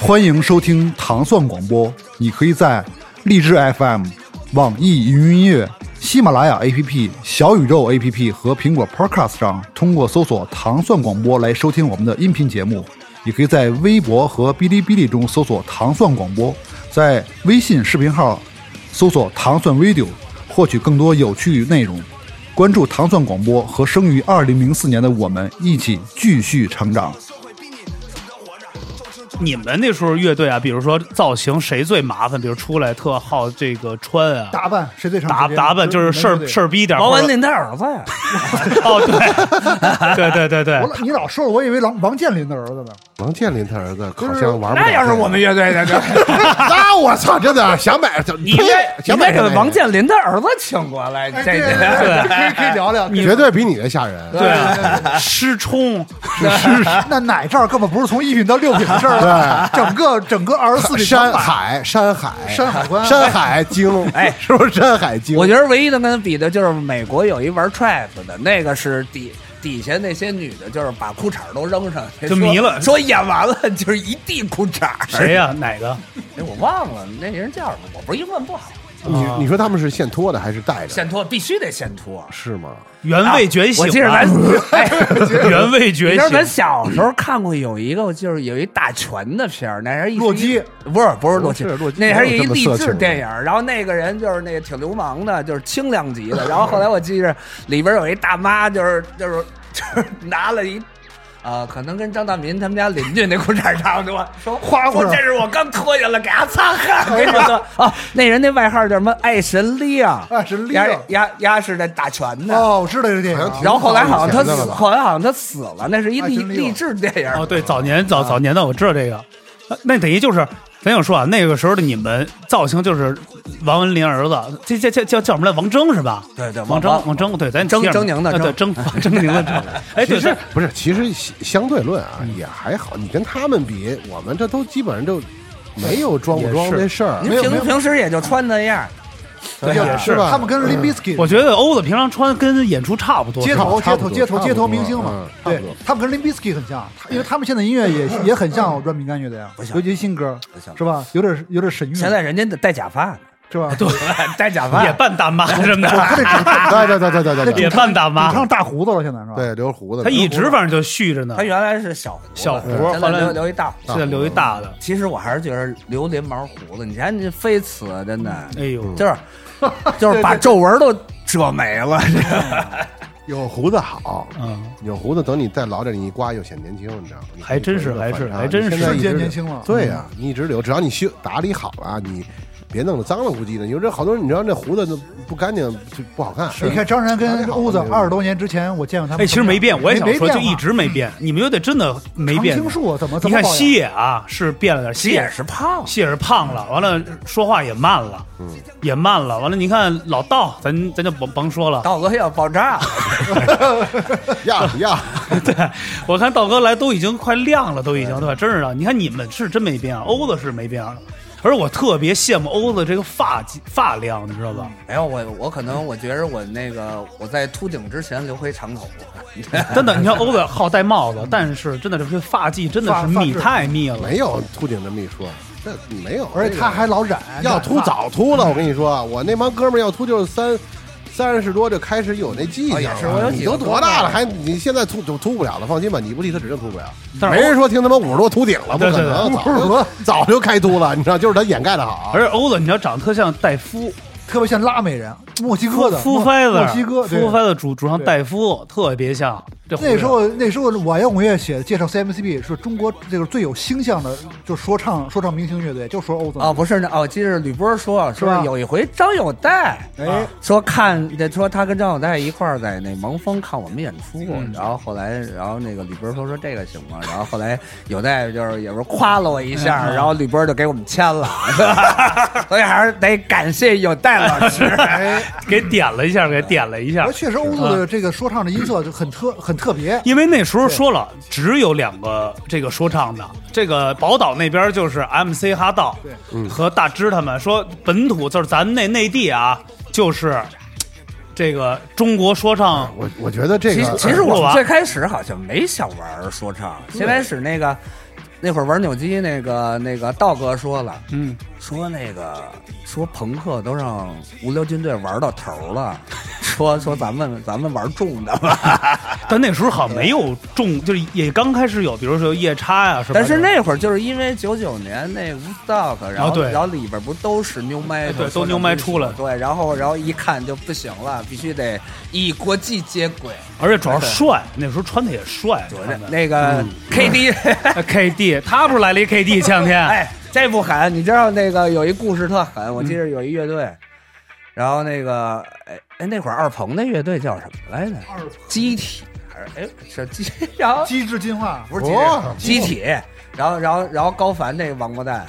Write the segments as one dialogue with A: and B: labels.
A: 欢迎收听糖蒜广播，你可以在荔枝 FM、网易云音乐、喜马拉雅 APP、小宇宙 APP 和苹果 Podcast 上通过搜索“糖蒜广播”来收听我们的音频节目，也可以在微博和哔哩哔哩中搜索“糖蒜广播”，在微信视频号搜索“糖蒜 video”，获取更多有趣内容。关注糖蒜广播和生于二零零四年的我们一起继续成长。
B: 你们那时候乐队啊，比如说造型谁最麻烦？比如出来特好这个穿啊，
A: 打扮谁最长
B: 打
A: 时间？
B: 打扮就是事儿事
A: 儿。
B: 儿逼点儿。
C: 王
B: 或
C: 文
B: 者
C: 林他儿子呀，
B: 哦，对， 对对
D: 哎
B: 对对
A: 我，老你老说了，我以为王王健林的儿子呢。
D: 王健林他儿子好
A: 就是
D: 像玩不了
C: 那要是
D: 这个
C: 我们乐 队的，
D: 那我操，真的想买就
C: 你该
D: 想
C: 你
D: 买
C: 该
D: 什么
C: 给
D: 呀
C: 王健林他儿子请过来，这
A: 哎对对对，
C: 这
A: 可以可以聊聊。
D: 绝对比你的吓
C: 呃
D: 人。
B: 对啊，失冲，
A: 哎 那奶罩根本不是从一品到六品的事儿了，整个整个二十四里
D: 山海，山海，
A: 山海关
D: 山海经，哎， 是不是山海经？
C: 我觉得唯一能跟他比的就是美国有一玩 trap 的，那个是底底下那些女的，就是把裤衩儿都扔上去，
B: 就
C: 说
B: 迷了
C: 说演完了就是一地裤衩儿。
B: 谁呀？哪个？
C: 哎？我忘了那人叫什么，我不是英文不好，
D: 你
A: 啊
D: 你说他们是现脱的还是带着？
C: 现脱必须得现脱。
D: 是吗？
B: 原味觉醒啊。
C: 我记着 咱，哎，
B: 原味觉
C: 你知道咱
B: 醒，
C: 小时候看过有一个，就是有一打拳的片儿，那还是一
A: 洛基，
C: 不是不是洛基
D: 不是洛，基
C: 那还是
D: 哪有
C: 一
D: 这么
C: 励
D: 色
C: 志
D: 情的
C: 电影儿。然后那个人就是那个挺流氓的，就是轻量级的。然后后来我记着里边有一大妈，就是就是就是拿了一。啊、可能跟张大民他们家邻居那裤衩儿差不多，说
A: 花花
C: 说这是我刚脱下来给他擦
D: 哎
C: 汗，给你说啊，那人那外号叫什么？爱神啊亮，
A: 爱神
D: 啊
A: 亮
C: 丫丫丫是那打拳的，
A: 哦，我知道这个电影
D: 好像
A: 啊。
D: 挺
C: 然后后来好像他
D: 挺早以前
C: 死，
D: 的了吧
C: 后来好像他死了，那是一
A: 啊
C: 励
A: 真的有
C: 励志电影。
B: 哦，对，早年早早年的我知道这个，呃那等于就是。咱想说啊，那个时候的你们造型就是王文林儿子，这这这叫叫什么来？王铮是吧？
C: 对对
B: 王
C: 王
B: 铮，
C: 铮
B: 王铮，对，咱
C: 狰
B: 提点
C: 狰狞的
B: 啊对，狰狰狞的狰。 哎，
D: 其
B: 对，
D: 实
B: 是
D: 不是，其实相相对论啊
C: 嗯
D: 也还好。你跟他们比，我们这都基本上就没有装不装
A: 也是
D: 这事儿
C: 您。
A: 没有没
C: 平
A: 有
C: 平时也就穿那样，
A: 对
D: 也是吧嗯
A: 他们跟 l i b i s k i
B: 我觉得欧子平常穿跟演出差不多，
A: 街
B: 是吧
A: 头街
D: 差不
A: 头
D: 多
A: 街头
D: 差不多
A: 街头明星嘛
D: 嗯，
A: 对
D: 差不多
A: 他们跟 l i b i s k i 很像，因为他们现在音乐也也很像软饼干乐队啊，尤其新歌
C: 像
A: 是吧？有点有点神韵，
C: 现在人家得戴假发呢，
A: 是吧？
B: 对，
C: 戴假发
B: 嗯也扮大妈什么
A: 他得整
B: 的，
D: 对对对对对对
B: 也
D: 对
B: 扮大
A: 你
B: 妈
A: 看。大胡子了，现在是吧？，
D: 对，留胡子了。
B: 他一直反正就续着呢
C: 他，原来是小胡子
B: 小胡
C: 现
B: 后
C: 在
B: 来
C: 留留一大胡子。
B: 现在留一大的。
C: 其实我还是觉得留连毛胡子，你瞧你非此啊真的，
B: 哎呦，
C: 就是就是把皱纹都遮没了。
D: 有胡子好，
B: 嗯，
D: 有胡子等你再老点，你一刮又显年轻，你知道吗？
B: 还真是
D: 你会有
B: 还
D: 一个
B: 是
D: 反差
B: 还真是
D: 你现在一直
A: 瞬间年轻了嗯
D: 对呀，你一直留，只要你修打理好了，你别弄得脏了咕叽的。有这好多人，你知道这胡子都不干净就不好看。
A: 你看张然
D: 嗯
A: 跟欧子二十多年之前，我见过他们。
B: 哎，其实没变，我也想说，
A: 没
B: 就
A: 变化
B: 一直没变。你们乐队真的没变
A: 常。青树怎么
B: 你
A: 怎么
B: 看
A: 保养
B: 西野啊，是变了点，西野
C: 也是 胖，
B: 谢是胖了，完了说话也慢了，也慢了。完了，你看老道，咱咱就甭甭说了。
C: 道哥要爆炸了，
D: 呀呀，
B: 对，我看道哥来都已经快亮了，都已经对吧？真是的，你看你们是真没变，欧子是没变啊。而我特别羡慕欧子这个发际发量，你知道吧？
C: 没有我我可能我觉着我那个我在秃顶之前留回长头 发，
B: 真的，你看欧子好戴帽子，但是真的这发际真的是
A: 发发
B: 密
A: 质
B: 太密了。
D: 没有秃顶这么一说，这没有。
A: 而且他还老染，
D: 要秃早秃了，我跟你说，啊我那帮哥们儿要秃就是三三十多就开始有那迹象了。
C: 啊也是我有
D: 你
C: 几个
D: 都多大了，还你现在秃就秃不了了，放心吧，你不剃他指定秃不了。
B: 但是
D: 没人说听他妈五十多秃顶了，不
B: 对
D: 可能，
A: 对对
D: 早就早就开秃了，你知道，就是他掩盖的好啊
B: 而。且欧子，你知道长得特像戴夫，
A: 特别像拉美人，墨西哥
B: 夫
A: 的
B: 夫
A: 墨
B: 塞子，
A: 墨西哥对
B: 夫塞子主主唱戴夫特别像。这胡子
A: 那时候，那时候我摇滚乐写介绍 CMCB 是中国这个最有星象的，就说唱说唱明星乐队，就说欧子
C: 哦，不是呢，哦，记着吕波说，
A: 是
C: 说
A: 吧
C: 是有一回张友代，啊
A: 哎，
C: 说看，这说他跟张友代一块儿在那盲峰看我们演出，
A: 嗯
C: 然后后来，然后那个吕波说说这个行吗？然后后来友代就是也是夸了我一下，
A: 嗯
C: 然后吕波就给我们签了， 所以还是得感谢友代老师。
B: 给点了一下，给点了一下
A: 而。哎确实欧子的这个说唱的音色就很特很特别，
B: 因为那时候说了，只有两个这个说唱的，这个宝岛那边就是 MC 哈道和大芝他们说本土就是咱们那内地啊，就是这个中国说唱
C: 嗯
D: 我我觉得这
C: 其
D: 个
C: 实其实
B: 录
C: 我
B: 完
C: 最开始好像没想玩说唱，最开始那个那会儿玩扭机，那个那个道哥说了，
B: 嗯，
C: 说那个说朋克都让无聊军队玩到头了， 说说咱们咱们玩重 的吧。
B: 但那时候好像没有重，就是也刚开始有，比如说有夜叉呀、什么的。
C: 但是那会儿就是因为九九年那 Woodstock，然后、
B: 啊对
C: 然后里边不都是牛麦
B: 哎对
C: 说唱
B: 都牛麦出来
C: 对，然后然后一看就不行了，必须得与国际接轨。
B: 而且主要帅，那时候穿的也帅。
C: 对
B: 穿的嗯
C: 那个 KD、
B: 哎 KD，他不是来了一 KD 前两天，
C: 哎，这不狠！你知道那个有一故事特狠，我记得有一乐队，然后那个哎哎那会儿二鹏那乐队叫什么来着？二机体还是哎是机？ 然后
A: 机智进化
C: 不是机体、
D: 哦
C: 机体，然后然后然后高凡那个王八蛋。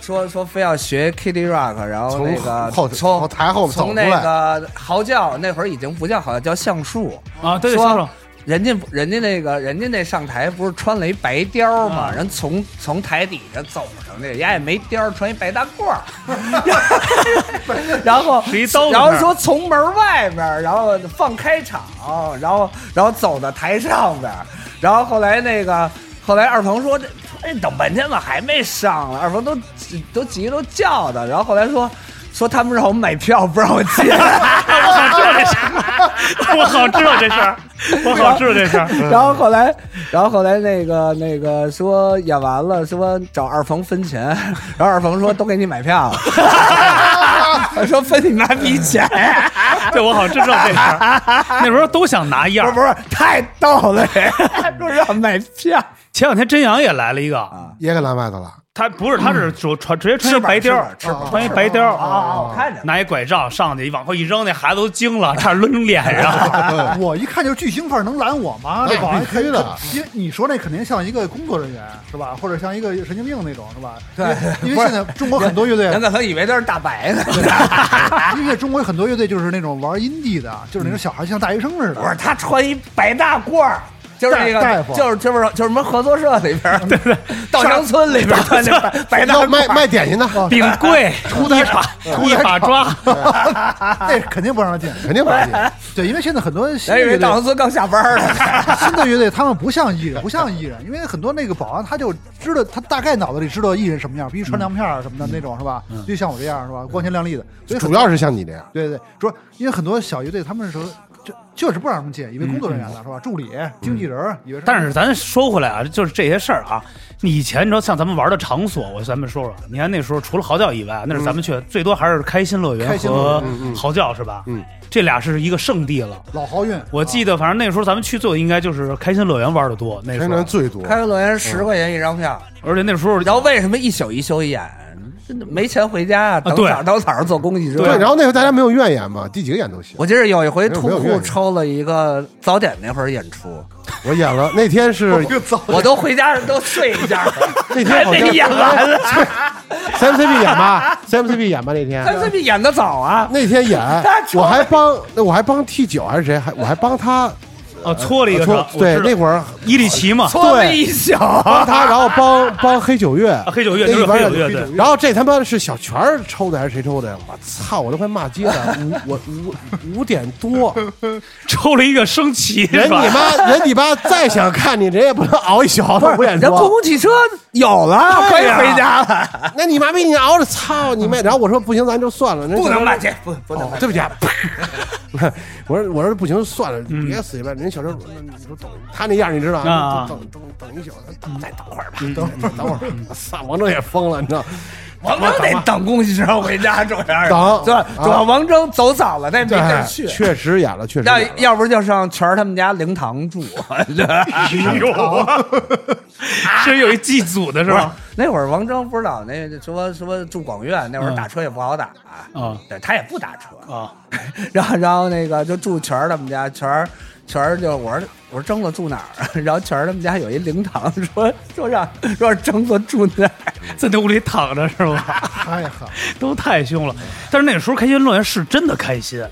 C: 说说非要学 Kitty Rock，然后那个
D: 从后
C: 从
D: 后台后走
C: 从
D: 出
C: 那
D: 来
C: 个嚎叫那会儿已经不叫嚎叫，叫橡树。
B: 啊，对，
C: 说
B: 说说，
C: 人家人家那个人家那上台不是穿了一白貂儿
B: 啊
C: 吗？人从从台底下走上去，人家也没貂儿，穿一白大褂儿，然后
B: 是一刀子
C: 然后
B: 那儿
C: 说从门外边儿，然后放开场，然后然后走到台上边儿，然后后来那个后来二鹏说这哎等半天了还没上来，二鹏都都急都叫的，然后后来说 说他们让我买票不让我进。
B: 我好知道这事儿，我好知道这事儿，我好知道 这事儿。
C: 然后后来，然后后来那个 那个说演完了，说找二鹏分钱，然后二鹏说都给你买票，我 说分你妈逼钱，
B: 对，我好知道这事 儿。那时候都想拿样
C: 不
B: 儿
C: 是不是太逗 了，说让买票，
B: 前两天真阳也来了一个，
D: 也给拉麦的了，
B: 他不是，他是说穿直接穿一白貂儿，
C: 翅膀翅膀
B: 穿一白貂儿
C: 啊啊！我看见了，
B: 拿一拐杖上去，往后一扔，那孩子都惊了， 差点抡脸 上。
A: 我一看就是巨星范儿，能拦我吗？
D: 那
A: 这玩意儿
D: 必须的
A: 因为你说那肯定像一个工作人员是吧，或者像一个神经病那种是吧？
C: 对
A: 因为因为现在中国很多乐队
C: 人，可能以为他是大白呢，
A: 因为中国很多乐队就是那种玩阴地的，就是那种小孩像大学生似的。
C: 不是他穿一白大褂儿。就是那
A: 大大
C: 个
A: 夫，
C: 就是就是就是什么合作社里边儿， 对对，稻香村里边儿穿那白白大褂
D: 要
C: 儿，
D: 卖卖点心的，
B: 饼 柜一把一把抓，
A: 那肯定不让他进。
D: 肯定不让进。
A: 对，因为现在很多新
C: 我
A: 的
C: 以为
A: 乐
C: 稻
A: 队
C: 香，村刚下班儿呢。
A: 新的乐队他们不像艺人，不像艺人，因为很多那个保安他就知道，他大概脑子里知道艺人什么样，必须穿亮片儿什么的那种是吧？就像我这样是吧？光鲜亮丽的，所以很
D: 嗯 主要是像你这样，
A: 对对，主要因为很多小乐队他们说就就是不让他们进，因为工作人
D: 嗯
A: 员了是吧？助理、经纪人，以为
B: 但是咱说回来啊，就是这些事儿啊，你以前你知道像咱们玩的场所，我咱们说说，你看那时候除了嚎叫以外，那是咱们去的最多还是开心乐园
A: 开心乐
B: 和嚎叫是吧？
D: 嗯，
B: 这俩是一个圣地了。
A: 老好运，
B: 我记得，反正那时候咱们去最后应该就是开心乐园玩的多，那时
D: 天
B: 候
D: 南，最多。
C: 开个乐园十块钱一张票，
B: 而且那时候
C: 然后为什么一宿一宿演？真的没钱回家，啊等
B: 对
C: 早等早上做公益之
D: 对，
C: 外。
D: 然后那回大家没有怨言嘛，第几个演都行。
C: 我记得有一回
D: 没有
C: 突
D: 没有怨
C: 库
D: 言
C: 抽了一个早点那会儿演出，
D: 我演了那天是
C: 我都回家都睡 一觉了，
D: 那 天好
C: 还没
D: 像
C: 演完了，
D: 三 C B 演吧，三 C B 演吧那天
C: 他。这比演的 早啊。
D: 那天演
C: 他，出
D: 我
C: 来
D: 还帮，那我还帮 T 九还是谁，还我还帮他
B: 哦搓了一个
D: 啊
B: 场，，
D: 搓
B: 我，
D: 对
B: 知
D: 那
B: 道
D: 会儿
B: 伊利奇嘛，
C: 搓了一宿，
D: 帮他，然后 帮帮黑九月，
B: 啊黑九月
D: 那
B: 对
D: 里边
B: 黑九月对
D: 然后这他妈是小泉儿抽的还是谁抽的呀？我操，我都快骂街了，五我五五点 多，
B: 抽了一个升旗
D: 人
B: 是
D: 你
B: 吧？
D: 妈人你妈再想看你，人也不能熬一宿到五点
C: 人公
D: 多。
C: 共汽车有了，可以回家了，
D: 那你妈逼你熬着，操你妹！然后我说不行，咱就算了，那
C: 不能骂街，不不能
D: 哦
C: 骂街。
D: 对不起啊，啪！ 我说我说不行，算了，别死一般。人小时候，那你说等他那样，你知道
B: 嗯啊
D: 等等等一宿，等再等会儿吧，等会 儿等会儿。我操，王铮也疯了，你知道？
C: 王铮得等公共汽车回家，主要是
D: 等
C: 对，主要
D: 啊
C: 王铮走早了，他也没地儿
D: 对，
C: 去。
D: 确实演了，确实
C: 要
D: 演了。
C: 要不就上全儿他们家灵堂住，
B: 哎呦， 是有一祭祖的是
C: 不是
B: 吧？
C: 那会儿王铮不知道那什么什么住广院，那会儿打车也不好打
B: 啊
C: 对他也不打车，
B: 啊，
C: 然后然后那个就住全儿他们家，全儿全儿就我说我说征子住哪儿？啊 然后全儿他们家有一灵堂，说说让说让征子住那儿，
B: 在那屋里躺着是吧？
A: 太狠了。
B: 都太凶了。但是那时候开心乐园是真的开心，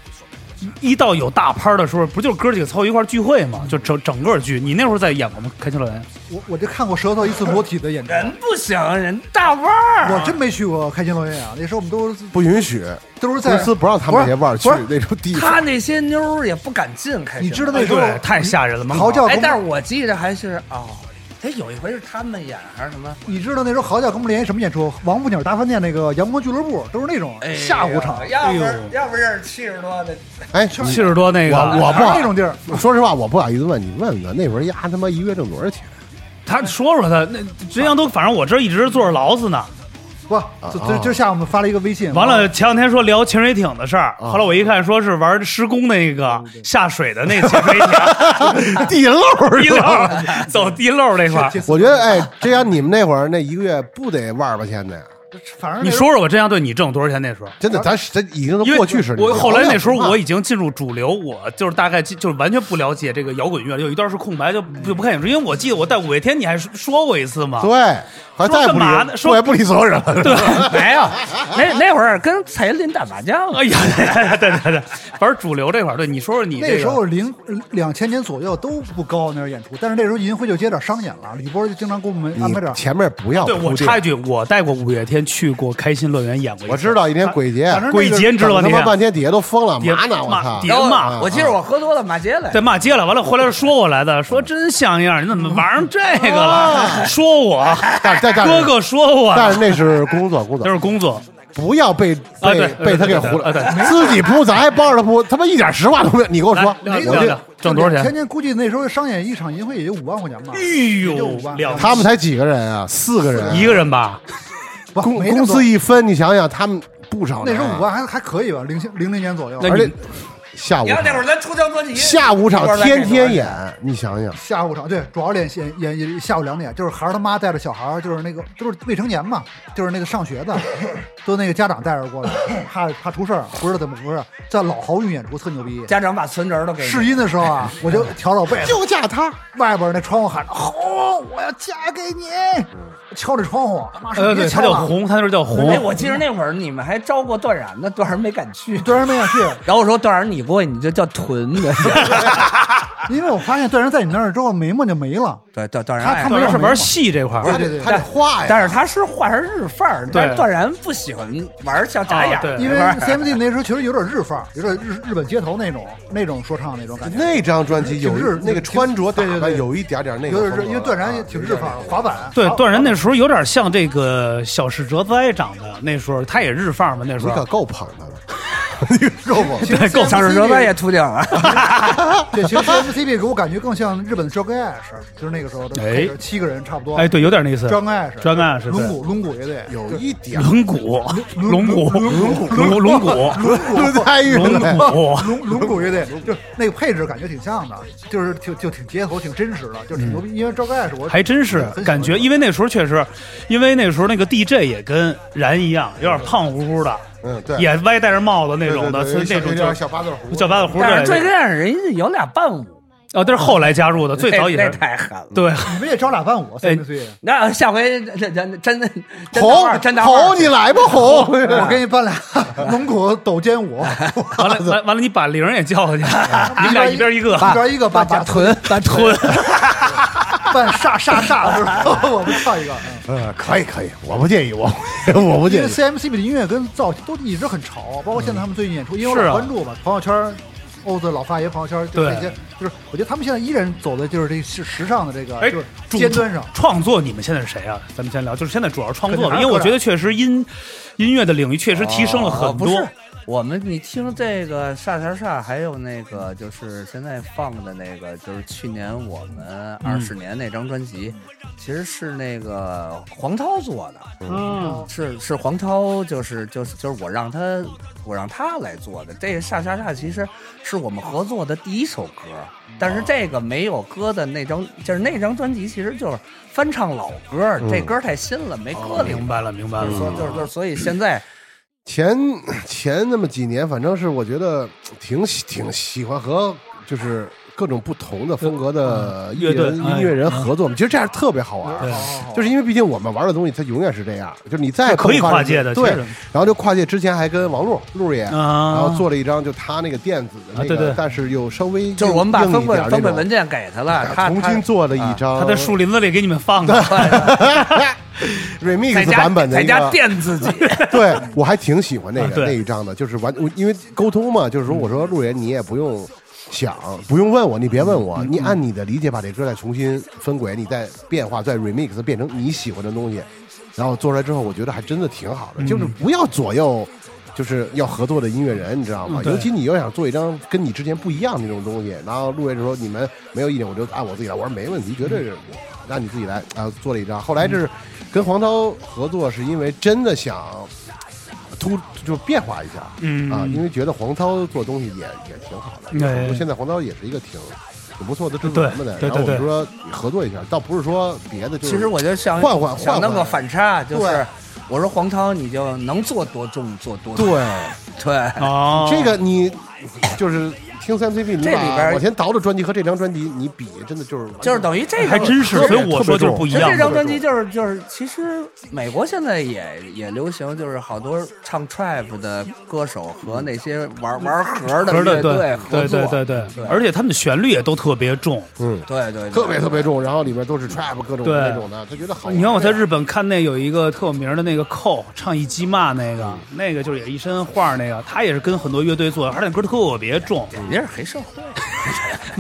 B: 一到有大拍儿的时候，不就是哥几个凑一块儿聚会吗？就整整个聚。你那会儿在演过吗？开心乐园？
A: 我我就看过舌头一次裸体的演出，
C: 人不行，人大腕儿。
A: 我真没去过开心乐园啊。那时候我们都是
D: 不允许，
A: 都是在
D: 公司不让他们这些腕儿去
A: 不是不
D: 那种地
C: 他
D: 方。
C: 那些妞儿也不敢进开心。
A: 你知道那
B: 哎
A: 时候
B: 对，太吓人了。门口
A: 嚎叫
C: 哎
A: 跟，
C: 但是我记得还是哦，哎，有一回是他们演还是什么？
A: 你知道那时候嚎叫跟我们联系什么演出？王府井大饭店那个阳光俱乐部都是那种
C: 哎呀
A: 下午场，
C: 要不
B: 哎
C: 然
B: 呦
C: 要不然是七十多的，
D: 哎，
B: 七十多那个，
D: 我我不
A: 还
D: 好
A: 是那种地儿。
D: 说实话，我不好意思问你，问问那会儿丫他妈一月挣多少钱？
B: 他说说他那人家都，反正我这一直坐着牢死呢。
A: 不，
B: 啊
A: 就就就下午我们发了一个微信，
B: 完了，前两天说聊潜水艇的事儿，
D: 啊
B: 后来我一看说是玩施工那个下水的那潜 水艇，
D: 地漏儿
B: 地漏走地漏那块 儿。
D: 我觉得哎，这样你们那会儿那一个月不得万儿八千的呀？
A: 反正那
B: 你
A: 时候
B: 说说我真相对你挣多少钱那时候？
D: 真的，咱咱已经都
B: 啊因为
D: 过去式了。
B: 我
D: 你
B: 后来那时候
D: 好像
B: 我已经进入主流，我就是大概进就是完全不了解这个摇滚乐，有一段是空白，就不就不看演出。因为我记得我带五月天，你还说说过一次嘛。
D: 嗯对，还再也不
B: 说干嘛呢
D: 理，
B: 说
D: 我也不理所有人了。
B: 对，
C: 没有，那那会儿跟彩林打麻将
B: 哎呀， 对对对对，反正主流这块儿，对你说说你这
A: 那
B: 个
A: 时候零两千年左右都不高那儿演出，但是那时候银辉就接点商演了，吕波就经常给我们安排点
D: 你前面不要
B: 对我
D: 铺垫
B: 插一句，我带过五月天去过开心乐园演过一次，
D: 我知道一天鬼节，
A: 反正
B: 鬼节你知道吧？
D: 他
B: 那
D: 妈半
B: 天
D: 天底下都疯了，
B: 底下
D: 嘛呢？我
B: 骂
D: 操
B: 底！下骂
C: 哦我记得我喝多了骂街了
B: 在。骂街了，完了回来说我来的，说真像样，你怎么玩上这个
D: 哦
B: 了？说我
D: 但但但
B: 哥哥说
D: 但
B: 我，
D: 是那是工作工作
B: 都，是工作，
D: 不要被
B: 啊
D: 被
B: 对
D: 被他给
B: 对对
D: 糊
B: 对
D: 了
B: 对，
D: 自己铺咱还帮着他铺，他妈一点实话都没有。你跟我说
B: 来，聊
D: 我
B: 聊
D: 这
B: 聊，挣多少
A: 前
B: 钱？
A: 年估计那时候商演一场银辉也就五万块钱吧，
B: 哎
A: 也就
B: 呦
A: 五万，
B: 两
D: 他们才几个人啊？四个人，
B: 一个人吧，
A: 不
D: 公
A: 没那
D: 公
A: 么多
D: 司一分，你想想他们不少
A: 那
D: 人
A: 时
D: 啊。
A: 候五万还还可以吧，零零零年左右
B: 那，
D: 而
B: 你
D: 且下午
C: 你看那会儿咱出张专辑，
D: 下午场天天演，你想想，
A: 下午场对，主要练演演演下午两点，就是孩儿他妈带着小孩儿，就是那个都是未成年嘛，就是那个上学的， 都那个家长带着过来，怕怕出事儿，不知道怎么回事，在老豪运演出特牛逼。
C: 家长把存折都给你
A: 试音的时候啊，我就调老被子，
D: 就嫁他。
A: 外边那窗户喊着：“吼，我要嫁给你！”敲着窗户，他妈说
B: 呃，
D: 哎
A: 别
B: 对，
A: 敲
B: 他叫
A: 了，
B: 红，他那时候叫
C: 哎，
B: 红，
C: 我记得那会儿你们还招过段然呢，段然没敢去。
A: 断然没想去，
C: 然后我说段然你不会你就叫屯的，
A: 因为我发现断然在你那儿之后眉毛就没了，
C: 对段段然
A: 他
C: 爱
A: 他
B: 当
A: 没有
B: 然是
A: 没有
B: 玩戏这块儿，
A: 对对对
D: 他得画呀，
C: 但是他是画成日范儿，但是段然不喜欢玩小眨眼
B: 啊，对
A: 因 为
C: 那会儿
A: CMD 那时候其实有点日范儿，有点日日本街头那种那种说唱那种感觉，
D: 那张专辑有
A: 挺日
D: 那个穿着打
A: 对对
D: 扮
A: 对
D: 有一点点那个
A: 有
D: 风
A: 点
D: 格
A: 日，
D: 了，
A: 因为断然
D: 啊
A: 也挺日范儿，滑板
B: 对，段然那时候有点像这个小史哲哉长的，那时候他也日范儿嘛，那时
D: 你可
B: 候
D: 够捧他的， 你够捧。
B: 对够
C: 小
A: 时
C: 时舌他也秃顶了。
A: 对，其实 CMCB 给我感觉更像日本 Drag Ash，就是那个时候的
B: 哎
A: 七个人差不多，
B: 哎，对，有点那意思。
A: ，Drag Ash，
B: Drag Ash，对
A: 龙骨龙骨乐队
D: 有一点
B: 龙骨，龙骨，龙骨，龙骨，
A: 龙骨
D: 太晕了。
B: 龙骨，
A: 龙龙骨乐队，就是那个配置感觉挺像的，就是挺就挺街头、挺真实的，就是挺牛逼。因为赵盖是我
B: 嗯还真是感觉，因为那时候确实，因为那时候那个 DJ 也跟然一样，有点胖乎乎的，
D: 嗯，对，
B: 也歪戴着帽子那种的，
D: 对对对
B: 那
D: 有
B: 种
D: 点
B: 叫
D: 小八字胡，
B: 叫八字胡
C: 但是最
B: 这。
C: 开始人家有俩伴舞，
B: 哦，但是后来加入的，最早也
C: 那
B: 是
C: 太狠了。
B: 对，
A: 你们也招俩伴舞，啊
B: 哎
A: 三十岁。
C: 那下回真真真的
D: 红
C: 真的
B: 哦
D: 红，你来吧红。
A: 我给你办俩龙骨抖肩舞，
B: 完 了完完了，你把玲儿也叫过去， 你们俩一边一个
A: 一 边一个
C: 哎把
A: 办假
C: 臀把臀
B: 吞，
A: 办煞煞煞，是吧？我们跳一个。嗯
D: 嗯，可以可以，我不介意，我我不
A: 因
D: 介
A: 为
D: 意。
A: CMCB 的音乐跟造型都一直很潮，包括现在他们最近演出，因为我
B: 是啊
A: 老关注嘛，朋友圈。欧子老发爷朋友圈，就
B: 对
A: 这些，就是我觉得他们现在依然走的就是这是时尚的这个，
B: 哎
A: 就是，
B: 主
A: 尖端上。
B: 创作，你们现在是谁啊？咱们先聊，就是现在主要是创作
A: 肯定
B: 的，
A: 还
B: 因
A: 是
B: 为我
A: 哥俩
B: 觉得确实音音乐的领域确实提升了很
C: 哦不是
B: 多。
C: 我们你听这个煞煞煞，还有那个就是现在放的那个，就是去年我们二
B: 嗯
C: 十年那张专辑，其实是那个黄涛做的。
B: 嗯，
C: 是是黄涛，就是就是就是我让他我让他来做的。这个《煞煞煞》其实是我们合作的第一首歌，但是这个没有歌的那张，就是那张专辑其实就是翻唱老歌，这歌太新了，没歌里。
B: 嗯哦明白了，明白了。
C: 所以就是就是，所以现在
D: 前 前那么几年，反正是我觉得挺喜挺喜欢和就是各种不同的风格的艺
B: 乐队
D: 人、
B: 哎
D: 音乐人合作，其实这样特别好玩。
B: 对，
C: 哦
D: 就是因为毕竟我们玩的东西，它永远是这样，就是你再
B: 可以
D: 跨
B: 跨界的
D: 对
B: 其实。
D: 然后就跨界之前还跟王璐璐爷，
B: 啊
D: 然后做了一张就他那个电子的那
B: 啊
D: 个，
B: 对对
D: 但是又稍微
C: 就是我们把
D: 硬
C: 封
D: 一点那
C: 本封本
D: 种哎啊
C: 文件给他了，他啊
D: 重新做了一张，
B: 他在树林子里给你们放的，
C: 在
D: remix
C: 家
D: 版本的
C: 在
D: 一
C: 家
D: 个，
C: 电自己，
D: 对我还挺喜欢那
B: 啊
D: 个
B: 对
D: 那一张的，就是完，我因为沟通嘛，就是说我说陆爷你也不用想，不用问我，你别问我，
B: 嗯
D: 你按你的理解把这歌再重新分轨，你再变化，再 remix 变成你喜欢的东西，然后做出来之后，我觉得还真的挺好
B: 嗯
D: 的，就是不要左右。就是要合作的音乐人，你知道吗
B: 嗯？对
D: 尤其你要想做一张跟你之前不一样的那种东西，然后陆爷就说你们没有意见，我就按我自己来。我说没问题，绝对是让你自己来啊，做了一张。后来这是跟黄涛合作，是因为真的想突就变化一下，
B: 嗯
D: 啊，因为觉得黄涛做东西也也挺好的，
B: 对
D: 我说现在黄涛也是一个挺挺不错的制作
B: 对
D: 人们的，
B: 对
D: 然后我
B: 对
D: 们说合作一下，倒不是说别的，就是
C: 其实我就想
D: 换换
C: 想
D: 换
C: 弄个
D: 换
C: 反差，就
D: 对
C: 是我说黄涛，你就能做多重做多重，
D: 对
C: 对，
B: 哦，
D: 这个你就是听三 CP，你
C: 这里边
D: 把
C: 儿
D: 我前倒的专辑和这张专辑你比，真的就是
C: 就是等于这个
B: 还真是，
D: 特别
B: 所以我说就是不一
C: 其实
B: 样
C: 这张
B: 的。
C: 专辑就是就是，其实美国现在也也流行，就是好多唱 trap 的歌手和那些玩玩盒的
B: 可是
C: 乐
B: 对
C: 队
B: 对
C: 合
B: 对
C: 作，
B: 对对对，而且他们的旋律也都特别重。
D: 嗯。
C: 对对，
D: 特别特别重，然后里面都是 trap 啊各种
B: 对
D: 那种的，他觉得好玩。
B: 你看我在日本看那有一个特有名的那个寇唱一击骂那个，那个就是也一身画儿那个，他也是跟很多乐队做，而且那歌特别重。
C: 人家是黑社会，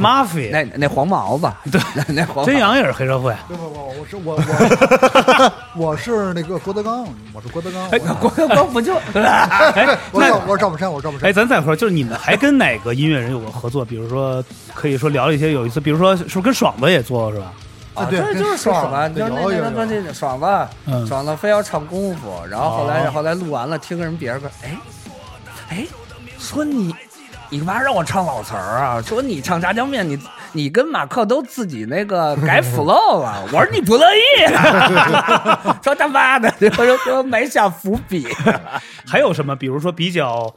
B: Mafia、
C: 那那黄毛子，对，那黄毛
B: 真阳也是黑社会，
A: 不不不，我是我我我 是那个郭德纲，我是郭德纲。哎我
C: 郭德纲不就
B: 哎，
A: 我是赵
B: 那
A: 我是赵本山，我是赵本
B: 哎，
A: 山。
B: 咱再说，就是你们还跟哪个音乐人有过合作？比如说，可以说聊一些有意思，比如说是不是跟爽子也做是吧？
A: 啊
C: 啊，
A: 对
C: 这
A: 跟
C: 就是爽子，
A: 爽
C: 你知道那
A: 有
C: 那
A: 有
C: 张专辑爽子，
B: 嗯
C: 爽子非要唱功夫，然后后来
B: 哦
C: 后来录完了，听个人别人歌，哎哎，说你。你干嘛让我唱老词儿啊？说你唱炸酱面，你你跟马克都自己那个改 flow 了。我说你不乐意、啊， 说他妈的，我说说埋下伏笔。
B: 还有什么？比如说比较，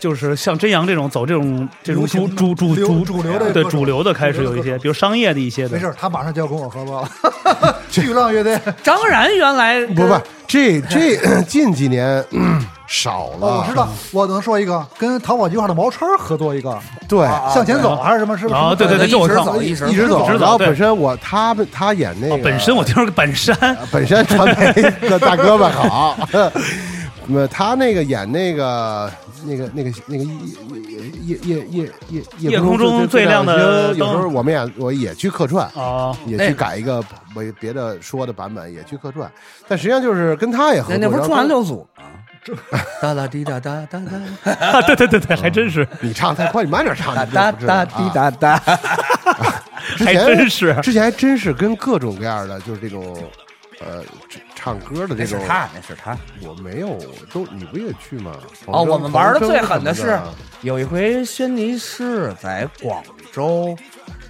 B: 就是像真阳这种走这种这
A: 流
B: 种主
A: 行
B: 主主
A: 流
B: 主
A: 主流的歌
B: 对
A: 手
B: 主流的开始有一些，比如商业的一些的
A: 没事，儿，他马上就要跟我合作了。 巨浪乐队，
C: 张然原来
D: 不不
C: 跟，
D: 这这 近几年嗯少
A: 哦，我
D: 了
A: 知，道，我能说一个，跟淘宝计划的毛川合作一个，
D: 对，
A: 哎向前啊走还是什么？是不是？
B: 啊对对对
C: 一
B: 这我
C: 直
B: 看
C: 走一
D: 一
C: 直
D: 直
B: 走
D: 走。
B: 对
D: 然后本身我他们他演那个
B: 哦本身我听说个本山，
D: 本身传媒的大哥们好，呃，他那个演那个那个那个那个夜夜夜夜夜夜
B: 夜空中最亮的
D: 星有时候
B: 灯
D: 我们也我也去客串
B: 哦
D: 也
C: 那
D: 去改一个别别的说的版本，也去客串，但实际上就是跟他也合作。
C: 那那不是
D: 然后
C: 中完六组吗？哒啦滴哒哒哒哒。
B: 啊对对对对，还真是，
D: 你唱太快，你慢点唱，
C: 哒
D: 你就
C: 哒
D: 不知道
C: 哒
D: 啊
C: 滴哒哒，
D: 之
B: 还
D: 前
B: 真是
D: 之前还真是跟各种各样的，就是这种，呃，这唱歌的这种，
C: 他，那是他。
D: 我没有，都你不也去吗？
C: 哦，我们玩的最狠的
D: 什
C: 是
D: 么啊
C: 有一回轩尼诗在广州，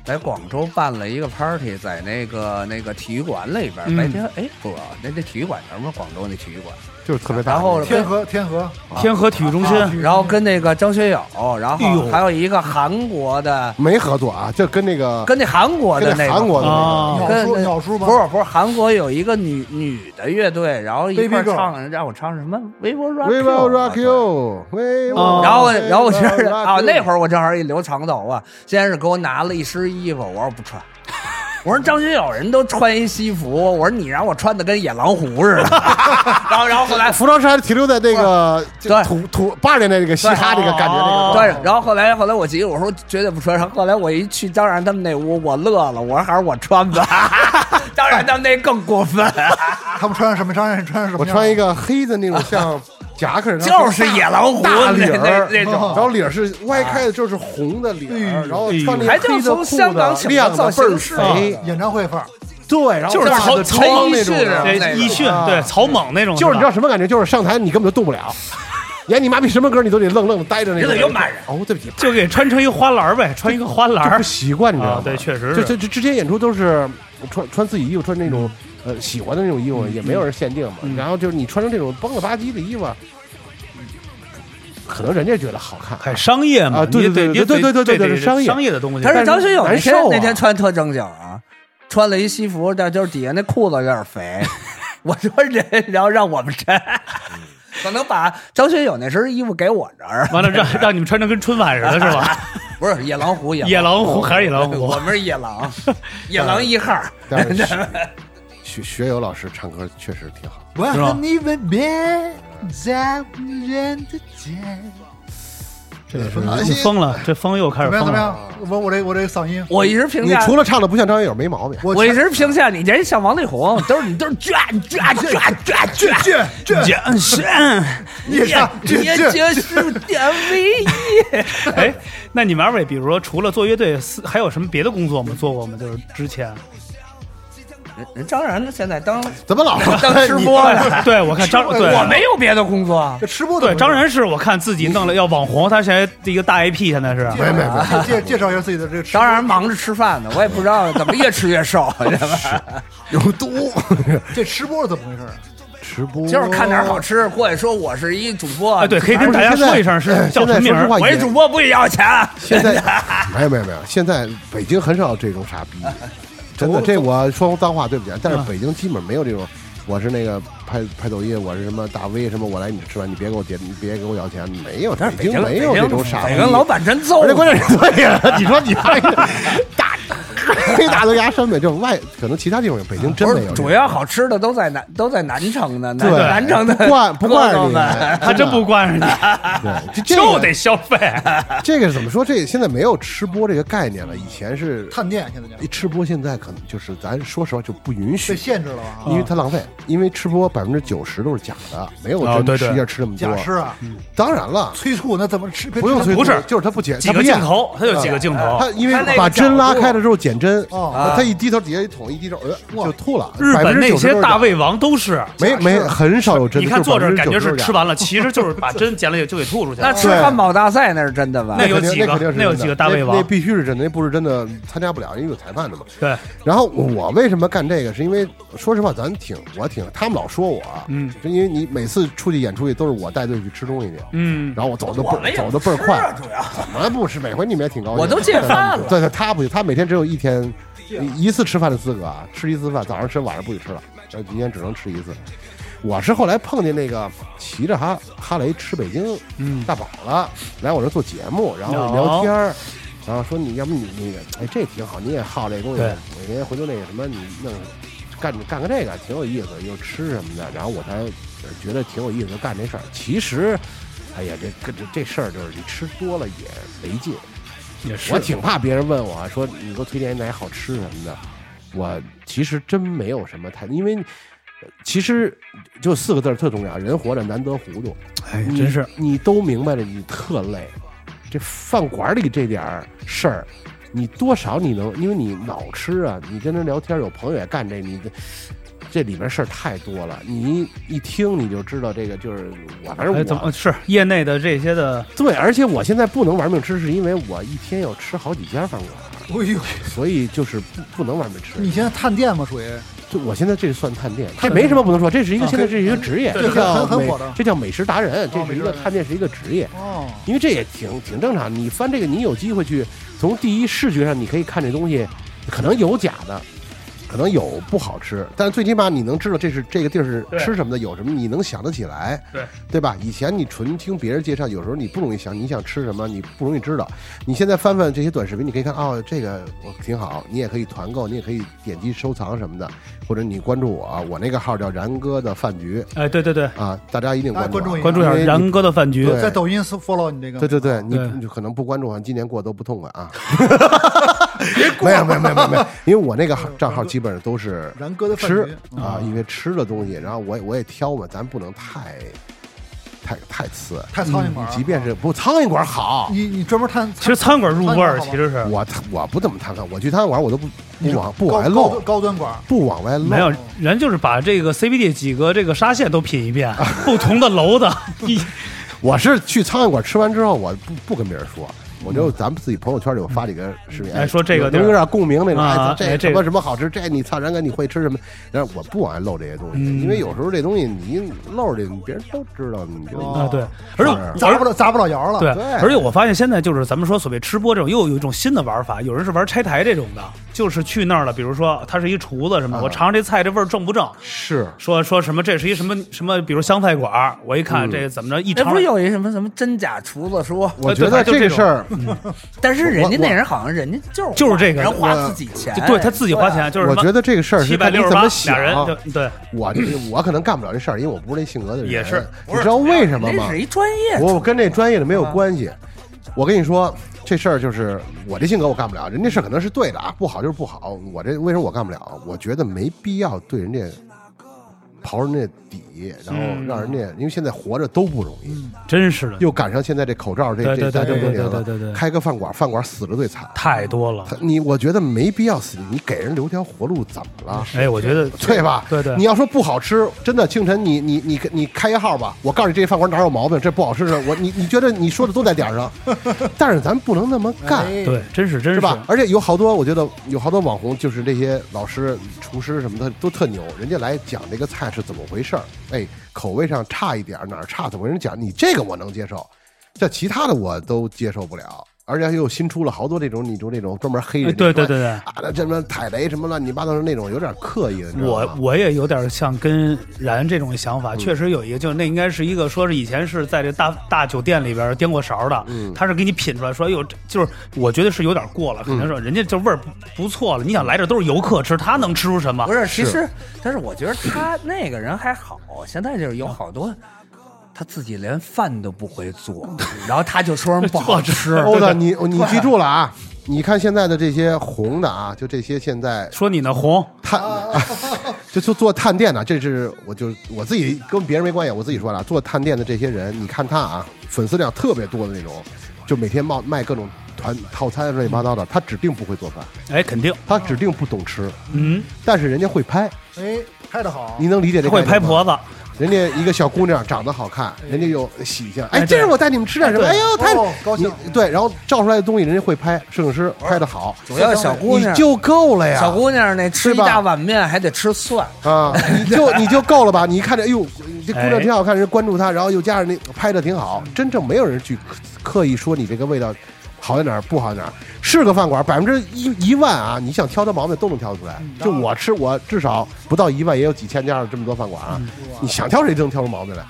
C: 在广州办了一个 party，在那个那个体育馆里边儿。
B: 嗯
C: 白天哎不知道，那那体育馆叫什么？广州那体育馆。
D: 的，就是特别大。
C: 然后
A: 天河天河，
B: 天河体育中心，
C: 然后跟那个张学友，然
B: 哎
C: 后
B: 呦
C: 还有一个韩国的，
D: 没合作啊，就跟那个
C: 跟那韩国的
D: 跟
C: 那
D: 那
C: 个
D: 韩国的那
B: 哦
D: 个，
A: 鸟
C: 跟
A: 叔
C: 那
A: 鸟叔吗？
C: 不是不是，韩国有一个女女的乐队，然后一块儿
A: Baby Girl
C: 唱，让我唱什么《We Will Rock
D: We
C: You》
D: will rock
C: 啊
D: you, we
B: 哦
D: will。
C: 然后我，然后我觉得啊，哎那会
D: 儿
C: 儿我正好一留长头发，先是给我拿了一身衣服，我说不穿。我说张学友人都穿一西服，我说你让我穿的跟野狼湖似的。 然后，然后后来，
D: 服装衫停留在那个
C: 对
D: 土土八十年代那个嘻哈那个感觉那个。
C: 对，然后后来，后来我急，我说绝对不穿。然后后来我一去张然他们那屋，我乐了，我说还是我穿吧。 张然他们那更过分，啊
A: 他们穿什么？张然穿什么？
D: 我穿一，个黑的那种像夹克，然后
C: 就是野狼湖
D: 大
C: 那
D: 领
C: 那
D: 儿
C: 那种。
D: 然后领儿是歪开的，就是红的领儿，然后穿那
C: 还
D: 个
C: 就
D: 黑的
C: 从
D: 裤
C: 香港
D: 子，
C: 请
D: 亮的
C: 的造
D: 倍
C: 型
D: 儿
C: 师啊
D: 肥，
A: 演唱会范儿，
D: 对，然后
B: 就是
D: 大
B: 曹
D: 的
B: 曹
D: 装那种
C: 奕迅
D: 的，
C: 啊
B: 对
C: 那个
B: 艺训，
D: 啊
B: 对草蜢那种，
D: 就是你知道
B: 吧
D: 什么感觉？就是上台你根本就动 不了，演你妈逼什么歌你都得愣愣的待着那
C: 真
D: 种。
C: 的有骂人
D: 哦，对不起，
B: 就给穿成一个花篮儿呗，穿一个花篮
D: 就
B: 儿
D: 不，习惯，你知道
B: 啊？
D: 吗
B: 对确实
D: 就是这这之前演出都是穿穿自己衣服，穿那种
B: 嗯
D: 呃喜欢的那种衣服，也没有人限定嘛。然后就是你穿成这种崩了吧唧的衣服，啊可能人家觉得好看，
B: 很商业嘛
D: 啊对
B: 你得
D: 对对
B: 你得
D: 对对对对
B: 这得
D: 对商业
B: 商业的东西。
C: 但是张学友那
D: 难
C: 天
D: 受啊
C: 那天穿特正经啊，穿了一西服，但就是底下那裤子有点肥。我说人，然后让我们拆，可能把张学友那身衣服给我这儿，
B: 完了让让你们穿成跟春晚似的，是吧？
C: 不是野狼湖，
B: 野狼湖还是野狼湖
C: 我们是野狼，野狼一号。
D: 但是学学友老师唱歌确实挺好。
A: 我
B: 是吧
A: 和你吻别在无人的街。这个说哪
B: 这疯了，这风又开
A: 怎
B: 始
A: 么样？怎
B: 疯
A: 么
B: 了。
A: 样？我我这我这个嗓音，
C: 我一直评
D: 你
C: 价，
D: 除了唱的不像张学友没毛病，
A: 我
C: 我一直评价你这像王力宏，都是你都是卷卷卷卷卷
A: 这这
B: 江山，
A: 也啊唱这
C: 你
A: 这
C: 就是点唯一。
B: 哎，那你们二位，比如说除了做乐队，私还有什么别的工作吗？做过吗？就是之前，
C: 人张然现在当
D: 怎么老是
C: 当吃
A: 哦
C: 播呢？
B: 哎对我看张，对
C: 我没有别的工作，
A: 这吃播
B: 对张然是我看自己弄了要网红，他现在一个大 IP，现在是
A: 没没没，介介绍一下自己的这个吃播
C: 当然忙着吃饭呢，我也不知道怎么越吃越瘦， 知道吧
D: 有毒？
A: 这吃播是怎么回事啊？
D: 吃播
C: 就是看点好吃，过去说我是一主播，
B: 啊，对，可以跟大家说一声是叫什
D: 现
B: 么
D: 在
B: 名
D: 说实
B: 儿。
D: 话，
C: 我一主播不许要钱，
D: 现在 没有没有没有，现在北京很少这种傻 逼，真的，这我嗯说脏话对不起，啊但是北京基本没有这种。我是那个拍拍抖音，我是什么大 V 什么，我来你这吃饭，你别给我点，你别给我要钱，没有，
C: 但是
D: 北京没有这种傻逼。
C: 北哎京 老板真揍
D: 而且关键是对呀，你说你拍的 大黑大头牙山北，就是外可能其他地方有，北京真
C: 不
D: 没
C: 是
D: 有这种。
C: 主要好吃的都在南都在南城呢，南
D: 对
C: 南城的
D: 不惯不惯
C: 哥哥
D: 你
C: 们，，
B: 他真不惯着你，
D: 对，
B: 就
D: 这这
B: 得
D: 个
B: 消费。
D: 这个怎么说？这现在没有吃播这个概念了，以前是
A: 探店现在这样
D: 一吃播现在可能就是咱说实话就不允许
A: 被，限制了
B: 啊
A: 啊吧？
D: 因为它浪费，因为吃播百分之九十都是假的，没有
B: 哦
D: 真
B: 对
D: 的
B: 对
D: 吃一下吃这么
A: 假吃
D: 多。
A: 啊，
D: 当然了，
A: 催促那怎么吃？
D: 不用
A: 催
D: 催促，
B: 不是
D: 就是他不剪
B: 几个镜，头，他有几个镜
D: 他
B: 头
D: 不呃剪，他因
C: 他那
D: 为
C: 个
D: 把针拉
C: 角度
D: 开了之后剪针，啊
A: 哦
D: 他一低头底下一捅一低头，呃，就吐了。
B: 啊日本那些大
D: 卫
B: 胃王都是。
D: 没没很少有真的，
B: 你看
D: 就
B: 坐这儿感觉
D: 90%
B: 是
D: 假
B: 吃完了，其实就是把针捡了就给吐出去
C: 那
B: 了。
C: 吃汉堡大赛那是真的吧
B: 那？有
D: 肯定
B: 几个
D: 那肯定是
B: 那有
D: 真的
B: 几个大胃
D: 那
B: 王
D: 那必须是真的，那不是真的参加不了，因为有裁判的嘛。
B: 对，
D: 然后我为什么干这个？是因为说实话，咱挺我挺，他们老说我，
B: 嗯，
D: 是因为你每次出去演出去都是我带队去吃东西去，
B: 嗯，
D: 然后我走的
C: 我们
D: 倍
C: 也
D: 走的倍儿
C: 吃啊
D: 快，
C: 主要
D: 怎么不吃？每回你们也挺高兴，啊
C: 我都戒饭了
D: 对对，他不行，他每天只有一天一次吃饭的资格啊，吃一次饭，早上吃，晚上不许吃了，呃，一天只能吃一次。我是后来碰见那个骑着哈哈雷吃北京大宝了，来我这做节目，然后聊天儿，然后说你要不你那个，哎，这挺好，你也好这东西，
B: 对
D: 每年回头那个什么，你弄干干个这个挺有意思，又吃什么的，然后我才觉得挺有意思，就干这事儿。其实，哎呀，这跟这这事儿就是你吃多了也没劲，
B: 也是
D: 我挺怕别人问我啊说你给我推荐一哪好吃什么的，我其实真没有什么太，因为呃其实就四个字儿特重要，人活着难得糊涂，
B: 哎，
D: 你
B: 真是
D: 你都明白了，你特累，这饭馆里这点儿事儿。你多少你能，因为你老吃啊，你跟人聊天，有朋友也干这，你这这里边事儿太多了。你一听你就知道这个就是我，反正
B: 哎，
D: 我
B: 怎么是业内的这些的
D: 对，而且我现在不能玩命吃，是因为我一天要吃好几家饭馆。
A: 哎呦，
D: 所以就是不不能外面吃。
A: 你现在探店吗？属于
D: 就我现在这算探店，这没什么不能说，这是一个
A: 啊
D: 现在这是一个职业，
B: 对
D: 这叫
A: 很很
D: 美
A: 火的
D: 这哦叫美食达人，这是
A: 美
D: 一
A: 食达
D: 个
A: 人
D: 探店是一个职业，
A: 哦，
D: 因为这也挺挺正常。你翻这个，你有机会去从第一视觉上你可以看这东西，可能有假的。可能有不好吃，但是最起码你能知道这是这个地儿是
B: 对
D: 吃什么的，有什么你能想得起来，
B: 对
D: 对吧？以前你纯听别人介绍，有时候你不容易想，你想吃什么，你不容易知道。你现在翻翻这些短视频，你可以看哦，这个我挺好，你也可以团购，你也可以点击收藏什么的，或者你关注我，我那个号叫然哥的饭局
B: 哎，对对对，
D: 啊，大家一定关注、
A: 哎关注一下
B: 关注一下
D: 因为你
B: 然哥的饭局。
D: 对
A: 在抖音搜 follow 你这个，
D: 对对对，
B: 对
D: 你你可能不关注啊，今年过得都不痛快 啊。没有没有没有没有没有，因为我那个号账号基本上都是
A: 然哥的饭嗯
D: 吃
A: 局，
D: 啊，因为吃的东西，然后我也我也挑嘛，咱不能太太太次，嗯
A: 太苍蝇馆儿啊了
D: 即便是不苍蝇馆好，
A: 你你专门探，
B: 其实餐馆入味儿，
A: 餐馆好吗
B: 其实是
D: 我我不怎么探看，我去苍蝇馆我都不
A: 你
D: 不
A: 是
D: 往不
A: 嗯高
D: 往外
A: 高
D: 露
A: 端，高端馆，
D: 不往外露，
B: 没有人就是把这个 CBD 几个这个沙县都品一遍，
D: 啊
B: 不同的楼的，一
D: 我是去苍蝇馆吃完之后，我不不跟别人说，我就咱们自己朋友圈里我发几个视频，
B: 哎说这个地儿
D: 能有点共鸣那种，哎
B: 啊
D: 操这
B: 这
D: 什
B: 个
D: 么什么好吃，这你操然哥你会吃什么？但是我不往外露这些东西，
B: 嗯
D: 因为有时候这东西你露着，别人都知道，你就
B: 啊，对，而且
A: 砸不了砸不了窑了。
B: 对，
D: 对
B: 而且我发现现在就是咱们说所谓吃播这种，又有一种新的玩法，有人是玩拆台这种的，就是去那儿了，比如说他是一厨子什么的，我尝尝这菜这味儿正不正，
D: 嗯是
B: 说说什么这是一什么什么，比如湘菜馆儿，我一
D: 嗯
B: 看这怎么着一
C: 那
B: 尝
C: 不是有一什么什么真假厨子说，
D: 我
B: 呃对
D: 觉得
B: 就这
D: 这
B: 种嗯
D: 个事儿，
C: 但是人家
D: 我
C: 那人好像人家就是
B: 就是这个
C: 人花
D: 我
C: 自己钱
B: 就，对他自己花钱，就是
D: 我觉得这个事儿是
B: 七百
D: 看你
B: 六十
D: 怎
B: 八
D: 么
B: 俩人就
D: 想。
B: 对，
D: 我我可能干不了这事儿，因为我不是那性格的人。
B: 也是，
D: 你知道为什么
C: 那
D: 吗？
C: 是一 专业
D: 我跟这专业的没有关系。我跟你说，这事儿就是我这性格我干不了，人这事儿可能是对的啊，不好就是不好。我这为什么我干不了？我觉得没必要对人家刨人家底，然后
B: 嗯
D: 让人家，因为现在活着都不容易，
B: 真是的，
D: 又赶上现在这口罩这
B: 对对对
D: 这三十多
B: 嗯对
D: 年
B: 对
D: 了
B: 对对对，
D: 开个饭馆，饭馆死的最惨。
B: 太多了。
D: 他你我觉得没必要死，你给人留条活路怎么了？
B: 哎，我觉得
D: 对吧？
B: 对对
D: 你要说不好吃，真的，清晨你你你你开一号吧，我告诉你这饭馆哪有毛病，这不好吃的，我你你觉得你说的都在 点儿上，但是咱不能那么干，
B: 对，真哎是真
D: 是
B: 是
D: 吧？而且有好多，我觉得有好多网红，就是这些老师、厨师什么的都特牛，人家来讲这个菜是怎么回事儿，哎，口味上差一点儿哪儿差，怎么人讲，你这个我能接受，这其他的我都接受不了。而且又新出了好多这种，你说这种专门黑人
B: 哎
D: 那种，
B: 对对对对
D: 啊，那什么踩雷什么乱七八糟的那种，有点刻意的。你知道吗
B: 我我也有点像跟然这种想
D: 嗯
B: 法，确实有一个，就是那应该是一个，说是以前是在这大大酒店里边颠过勺的，
D: 嗯
B: 他是给你品出来说，哎呦，这就是我觉得是有点过了，
D: 嗯
B: 可能说人家这味儿不不错了，你想来这都是游客吃，他能吃出什么
C: 不？啊是，其实，但是我觉得他那个人还好，现在就是有好多。他自己连饭都不会 做，然后他就说人不好 吃，
D: 欧子，你你记住了啊！你看现在的这些红的啊，就这些现在
B: 说你呢，红，
D: 探，就就做探店的，这是我就我自己跟别人没关系，我自己说了，做探店的这些人，你看他啊，粉丝量特别多的那种，就每天冒卖各种团套餐乱七八糟的，他指定不会做饭，
B: 哎，肯定，
D: 他指定不懂吃，
B: 嗯，
D: 但是人家会拍，
A: 哎，拍的好
D: 你，能理解这
B: 他会
D: 概
B: 拍
D: 念吗
B: 婆子，
D: 人家一个小姑娘长得好看，人家有喜庆，
B: 哎
D: 哎，
B: 对
D: 这是我带你们吃点什么？
B: 哎
D: 哎
B: 对
D: 呦，太
A: 哦高兴
D: 你对，然后照出来的东西，人家会拍，摄影师拍的好，
C: 主要是小姑
D: 你
C: 娘，
D: 就够了呀，
C: 小姑娘那吃一
D: 是吧
C: 大碗面还得吃蒜，
D: 啊，你 就你就够了吧？你一看这，哎呦，这姑
B: 哎
D: 娘挺好看，人关注她，然后又加上那拍的挺好，真正没有人去刻刻意说你这个味道好在哪儿，不好在哪儿。是个饭馆，百分之一一万啊，你想挑的毛病都能挑出来。就我吃，我至少不到一万，也有几千家的这么多饭馆啊，你想挑谁都能挑出毛病来。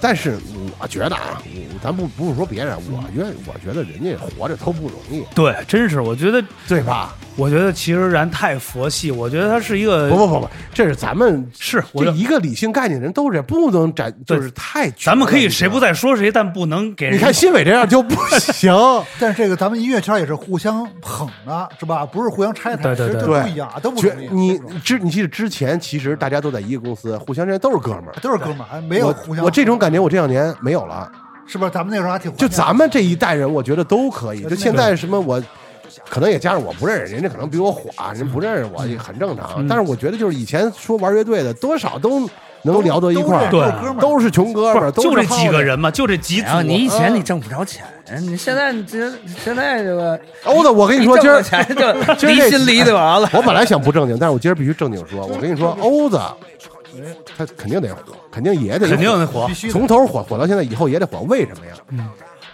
D: 但是我觉得啊，我咱不不是说别人，我觉得我觉得人家活着都不容易，
B: 对，真是，我觉得，
D: 对吧？
B: 我觉得其实然太佛系，我觉得他是一个
D: 不不不不，这是咱们
B: 是我
D: 这
B: 就
D: 一个理性概念的人都是不能展，
B: 对
D: 就是太绝了。
B: 咱们可以
D: 你知
B: 谁
D: 道
B: 不
D: 吗？
B: 在说谁，但不能给人
D: 啊你看新伟这样就不 行，
A: 但是这个咱们音乐圈也是互相捧的，是吧？不是互相拆台，
B: 对对
A: 其实
B: 对
A: 这不一样啊，都不
D: 绝
A: 容易。这
D: 你
A: 种
D: 之你记得之前其实大家都在一个公司，互相之间都是哥们儿。
A: 都是哥们儿，还没有
D: 我
A: 互相。
D: 我这种感觉我这两年没有了，
A: 是不是？咱们那时候还挺怀
D: 就
A: 念
D: 咱们这一代人，我觉得都可以。
A: 对
D: 就现在什么我。可能也加上我不认识人，家可能比我火，啊人不认识
B: 嗯
D: 我也很正常。但是我觉得就是以前说玩乐队的，多少都能聊到一块儿，
A: 都
B: 对
A: 是哥们儿，
D: 都是穷哥
B: 不
D: 们
B: 是
D: 儿，
B: 就
D: 都
B: 这
D: 是
B: 几
D: 耗
B: 个
D: 子
B: 人嘛，就这几
C: 然后
B: 组，
C: 哎你以前你挣不着钱，你现在你这现在这个，
D: 欧子， 我跟你说，今
C: 挣
D: 儿
C: 着 钱就
D: 今儿
C: 离
D: 这
C: 心离就完了。
D: 我本来想不正经，但是我今儿必须正经说。我跟你说，欧子，他肯定得火，肯定也得
B: 肯定
D: 火
B: 得火
A: 必，须的
D: 从头火火到现在，以后也得火。为什么呀？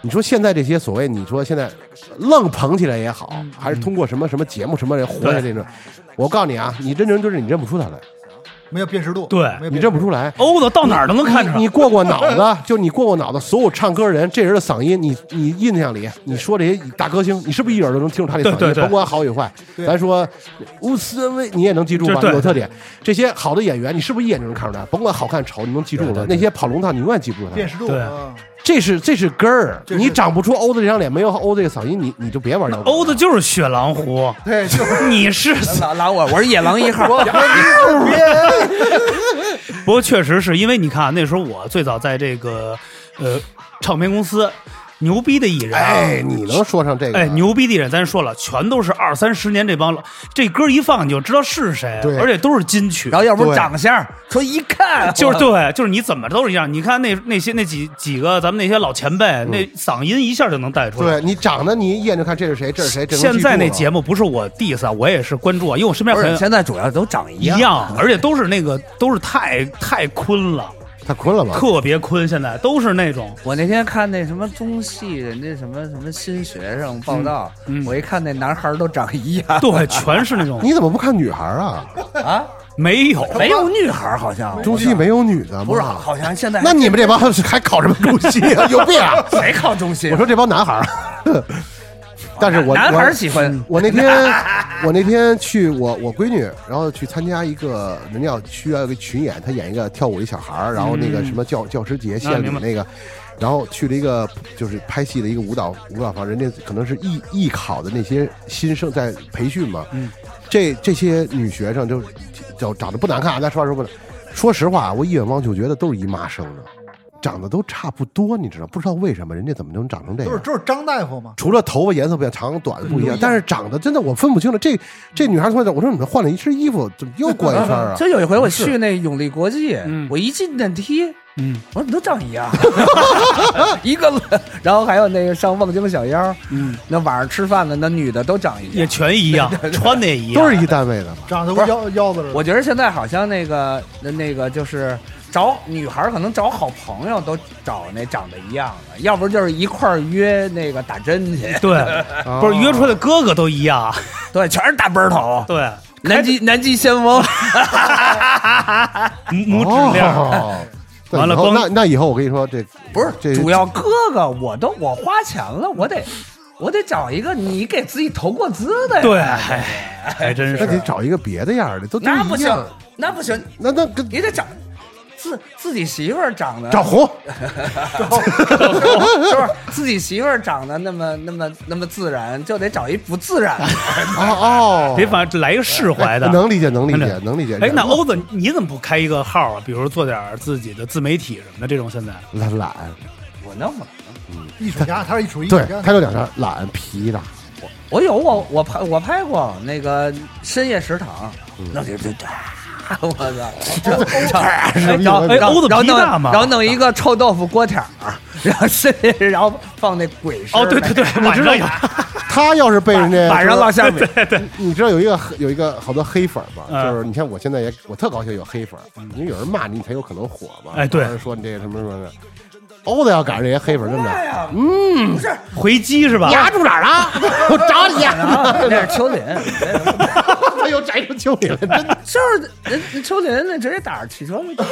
D: 你说现在这些所谓你说现在愣捧起来也好，还是通过什么什么节目什么人火起来这种，我告诉你啊，你真正就是你认不出他来，
A: 没有辨识度，
B: 对
A: 没有
D: 你
A: 辨识度
D: 认不出来。
B: 欧子到哪儿都能看出来。
D: 你过过脑子，就你过过脑子，所有唱歌人这人的嗓音，你你印象里，你说这些大歌星，你是不是一耳就能听出他这
B: 对
D: 嗓
B: 对
D: 音？
B: 对
D: 甭管好与坏，
A: 对
D: 咱说乌斯威，你也能记住吧？
B: 这对
D: 有特点。这些好的演员，你是不是一眼就能看出来？甭管好看丑，你能记住了。那些跑龙套，你永远记不住他
A: 辨。识度
B: 对
A: 啊。
D: 这是这是根儿，
A: 这是
D: 你长不出欧子这张脸，没有欧子这个嗓音，你你就别玩摇滚。
B: 欧子就是雪狼湖，
A: 对，就是
B: 你是
C: 老老 我我是野狼一号，
B: 啊不过确实是因为你看那时候我最早在这个呃唱片公司，牛逼的艺人、啊，
D: 哎，你能说上这个？
B: 哎，牛逼的艺人，咱说了，全都是二三十年这帮老，这歌一放你就知道是谁，
D: 对
B: 而且都是金曲
C: 然。后要不
D: 对
C: 是长相，说一看
B: 就是对，就是你怎么都是一样。你看那那些那几几个咱们那些老前辈，
D: 嗯
B: 那嗓音一下就能带出来。
D: 对你长得你一眼就看这是谁，这是谁，哎这能
B: 现
D: 记
B: 在
D: 住
B: 那
D: 了
B: 节目不是我 diss 啊，我也是关注啊，因为我身边
C: 不是
B: 很
C: 现在主要都长
B: 一
C: 一
B: 样，而且都是那个都是太太坤了，
D: 太困了吧？
B: 特别坤，现在都是那种
C: 我那天看那什么中戏，人家什么什么新学生报道，
B: 嗯嗯
C: 我一看那男孩儿都长一样
B: 对，全是那种
D: 你怎么不看女孩啊？
C: 啊，
B: 没有
C: 没有女孩儿好像
D: 中戏没有女的吗？
C: 哎不是，好像现在
D: 那你们这帮还考什么中戏啊？有病 啊！
C: 谁靠中戏？
D: 我说这帮男孩儿， 但是我
C: 男孩
D: 我
C: 儿喜欢
D: 我那天我那天去我我闺女，然后去参加一个人家要需要一个群演，她演一个跳舞一小孩儿，然后那个
B: 嗯
D: 什么教教师节献礼
B: 明白
D: 那个。然后去了一个就是拍戏的一个舞蹈舞蹈房，人家可能是艺艺考的那些新生在培训嘛，
B: 嗯
D: 这这些女学生就就长得不难看，啊咱实话说不，说实话，我一眼望去，我觉得都是姨妈生的，长得都差不多，你知道不知道为什么人家怎么能长成这
A: 就
D: 样
A: 是？就是张大夫嘛，
D: 除了头发颜色不一样，长短不一
B: 嗯
D: 样，但是长得真的我分不清了。这这女孩从来我说你们换了一身衣服，怎么又过一圈啊？
C: 就有一回我去那永利国际，
B: 嗯
C: 我一进电梯，
B: 嗯，
C: 我说怎么都长 一样，一个，然后还有那个上望京小妖，
B: 嗯，
C: 那晚上吃饭的那女的都长一
B: 也
C: 样。
B: 全一样，穿的也一样，
D: 都是一单位的吧？
A: 长得跟腰腰子似的。
C: 我觉得现在好像那个那那个就是找女孩，可能找好朋友都找那长得一样的，要不就是一块儿约那个打针去，
B: 对，
D: 哦
B: 不是约出来的哥哥都一样，
C: 对，全是大背头，
B: 对，
D: 哦
C: 南极南极仙翁，
B: 拇拇指链 儿，
D: 哦对
B: 完了
D: 以后
B: 光
D: 那那以后我跟你说，这
C: 不是
D: 这
C: 主要哥哥，我都我花钱了，我得我得找一个你给自己投过资的呀，
B: 对，哎还真
D: 那得
B: 是。
D: 找一个别的样儿的，都都
C: 那不
D: 一样
C: 行。，那不行，
D: 那那跟
C: 你得找自自己媳妇儿长得
D: 找 红，
C: 是不是自己媳妇儿长得那么那么那么自然，就得找一不自然的。
D: 哦哦，
B: 得反正来一个释怀的，
D: 哎能理解，能理
B: 真
D: 解
B: 的，
D: 能理解。
B: 哎，那欧子，你怎么不开一个号啊？比如做点儿自己的自媒体什么的，这种现在
D: 懒懒，
C: 我那么，
A: 艺术家，他是艺术艺术
D: 对
A: 家，，
D: 他就两张懒皮的，
C: 我有我我拍我拍过那个深夜食堂，
B: 嗯
C: 那就就就。啊我操！
D: 什么意思
C: 然后
D: 哎
B: 欧子
C: 然后
B: 皮大
C: 弄
B: 嘛
C: 然后弄一个臭豆腐锅贴儿，然后深夜然后放那鬼声
B: 哦，
C: 儿
B: 对 对对，我知道有，
D: 他要是被人家
C: 晚上烙虾米，
D: 你知道有一个有一个好多黑粉儿吗？
B: 嗯
D: 就是你看我现在也我特高兴有黑粉儿，因为有人骂你，你才有可能火嘛。
B: 哎对
D: 有人说你这个什么什么的，欧子要赶上这些黑粉儿，真
C: 哎
D: 的，
C: 呀
B: 回击是吧？
D: 牙住哪儿了？我找你
C: 然
D: 呀！
C: 后啊那是秋 林，
D: 他又摘出秋了，真的。
C: 就是人人秋林那直接打着汽车就。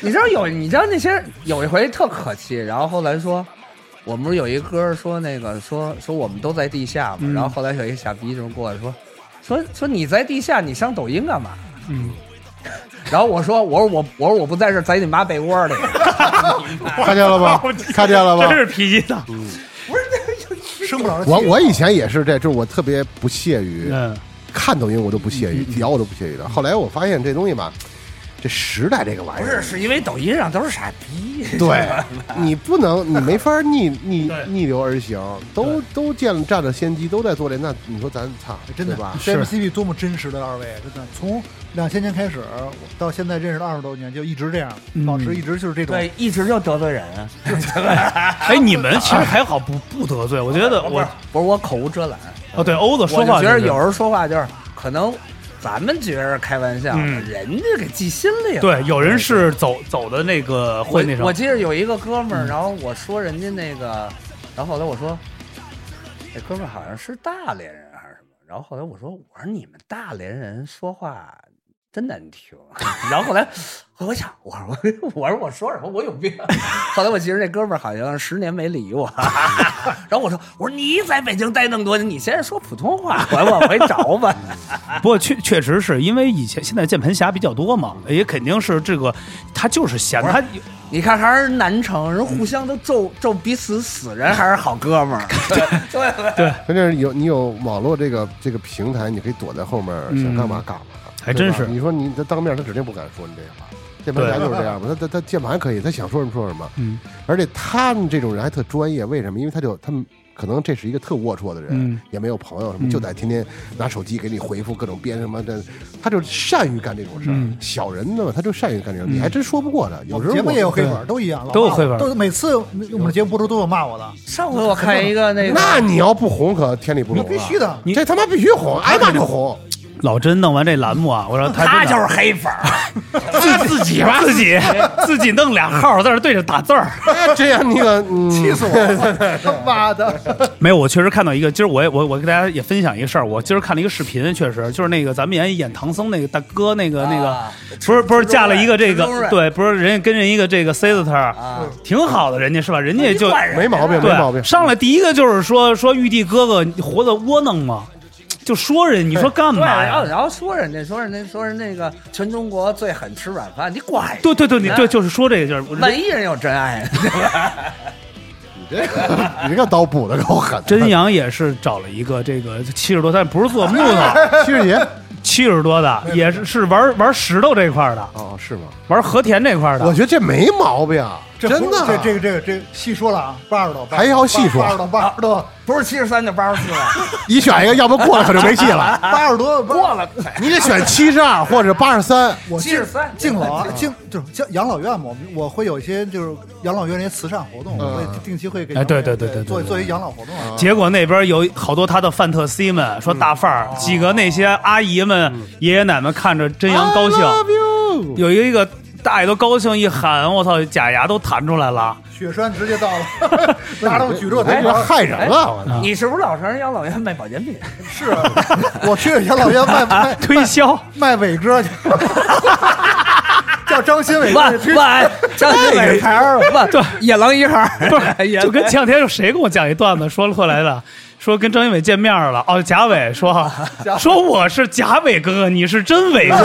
C: 你知道有你知道那些有一回特可气，然后后来说。我们不是有一歌说那个说说我们都在地下嘛，然后后来有一傻逼就过来说说说你在地下，你上抖音干嘛？
B: 嗯，
C: 然后我说我说我我说我不在这儿，在你妈被窝里。
D: 看见了吗？看见了吗
B: 真？是脾气大。
A: 生不了。
D: 我我以前也是这，就是我特别不屑于
B: 嗯，
D: 看抖音，我都不屑于聊，我都不屑于的。后来我发现这东西吧，这时代这个玩意
C: 不
D: 儿
C: 是，，是因为抖音上都是傻逼。
D: 对，你不能，你没法逆逆
B: 对
D: 逆流而行，都都见占了先机，都在做这，那你说咱操，
A: 哎真的
D: 对吧？
A: c m c b 多么真实的二位，啊真的从两千年开始我到现在认识了二十多年，就一直这样，
D: 嗯
A: 保持一直就是这种。
C: 对，一直就得罪人。
B: 哎，你们其实还好，不不得罪。我觉得
C: 不是
B: 我，
C: 不是我口无遮拦，
B: 哦，对，欧子
C: 我
B: 说
C: 就
B: 话
C: 觉得
B: 就是
C: 有时候说话就是可能咱们觉着开玩笑，
B: 嗯
C: 人家给记心里了。
B: 对，有人是走走的那个会那什嗯
C: 我我
B: 么，
C: 记得有一个哥们儿，然后我说人家那个，然后后来我说，那哥们儿好像是大连人还是什么，然后后来我说我说你们大连人说话真难听， 然后后来我想我说我我说我说什么我有病， 后来我记得那哥们儿好像十年没理我， 然后我说我说你在北京待那么多年，你先说普通话，我往回找吧。
B: 不过确确实是因为以前现在键盘侠比较多嘛，也肯定是这个他就是闲，
C: 不是
B: 他
C: 你看，还是南城人互相都咒咒彼此死人，还是好哥们儿。对对
D: 关键是有你有网络这个这个平台，你可以躲在后面，
B: 嗯
D: 想干嘛干嘛。
B: 还
D: 对吧
B: 真是
D: 你说你这当面，他指定不敢说你这话。键盘
B: 对
D: 侠就是这样嘛，他他他键盘可以，他想说什么说什么，
B: 嗯
D: 而且他们这种人还特专业，为什么？因为他就他们可能这是一个特龌龊的人，
B: 嗯
D: 也没有朋友什么，就得天天拿手机给你回复各种编什么的，他就善于干这种事儿。
B: 嗯
D: 小人呢，他就善于干这种事儿，你还真说不过他。
A: 我
D: 有时
A: 们
D: 候
A: 节目
D: 我
A: 也有黑粉，都一样，老
B: 都有
A: 骂
B: 黑
A: 我
B: 粉
A: 都每次我们节目播出都有骂我的，
C: 上回我看一个那个，
D: 那你要不红可天理不
A: 你
D: 容了，
A: 必须的
B: 你
D: 这他妈必须红，挨骂就红，
B: 老真弄完这栏目啊，我说他
C: 他
B: 真的
C: 就是黑粉儿，
B: 自自己吧，自己自己弄俩号在那对着打字儿。
D: 哎 这样那个嗯，
A: 气死我了！他妈的，
B: 没有，我确实看到一个，今儿我也我我给大家也分享一个事儿，我今儿看了一个视频，确实就是那个咱们演演唐僧那个大哥那个、那
C: 啊
B: 个，不是不是
C: 吃
B: 嫁了一个这
C: 吃
B: 个
C: 中
B: 对，不是人家跟人一个这个 sister，、
C: 啊
B: 挺好的，人家是吧？人家就
C: 惯人
D: 没毛病，没毛
B: 对
D: 病。
B: 上来第一个就是说说玉帝哥哥你活得窝囊吗？就说人，你说干
C: 对，
B: 嘛
C: 然后
B: 呀？
C: 然后说人家说人家说人那个全中国最狠吃软饭，你管人家
B: 对对对，你对就是说这个就是我
C: 万一人有真爱呢， 对吧？
D: 你这个你这个刀补的够狠，
B: 真阳也是找了一个这个七十多，但不是做木头。
D: 七十爷
B: 七十多的，也是是玩玩石头这块儿的，
D: 哦，是吗？
B: 玩和田这块儿
D: 我
B: 的。
D: 觉得这没毛 病，啊
A: 这
D: 真的。
A: 这这个这个这个细说了啊，八十多，
D: 还要细说
A: 八十多，八十 多，
C: 不是七十三就八十四了，
D: 你选一个，要不过了可就没 戏了。
A: 八十多，过
C: 过了
D: 你得选七十二或者八十三。
A: 我敬
C: 73
A: 敬老啊，敬就是敬养老院嘛，我们我会有一些就是养老院那些慈善活动，我
D: 嗯
A: 会定期会给
B: 哎对
A: 养老院
B: 对对对对
A: 做
B: 对
A: 做一养老活动啊。
B: 结果那边有好多他的范特西们说大范儿，几个那些阿姨们、爷爷奶奶看着真阳高兴，
D: 啊
B: 有一个大爷都高兴一喊，我操，假牙都弹出来 了。
A: 雪山直接到了，拿着举着哎台
D: 我这觉
A: 球
D: 得哎害人了。
C: 了。你是不是老成养老院卖保健品？
A: 是啊， 我去养老院卖
B: 啊
A: 卖！
B: 推销，
A: 卖伟哥去， 叫张新 伟
C: 万
A: 哥去，
C: 万张新伟牌儿，万对野狼一号，
B: 不是，就 跟前两天有谁跟我讲一段子，说后来的，说跟张一伟见面了，哦，贾伟 说，说我是贾伟哥哥，你是真伟 哥，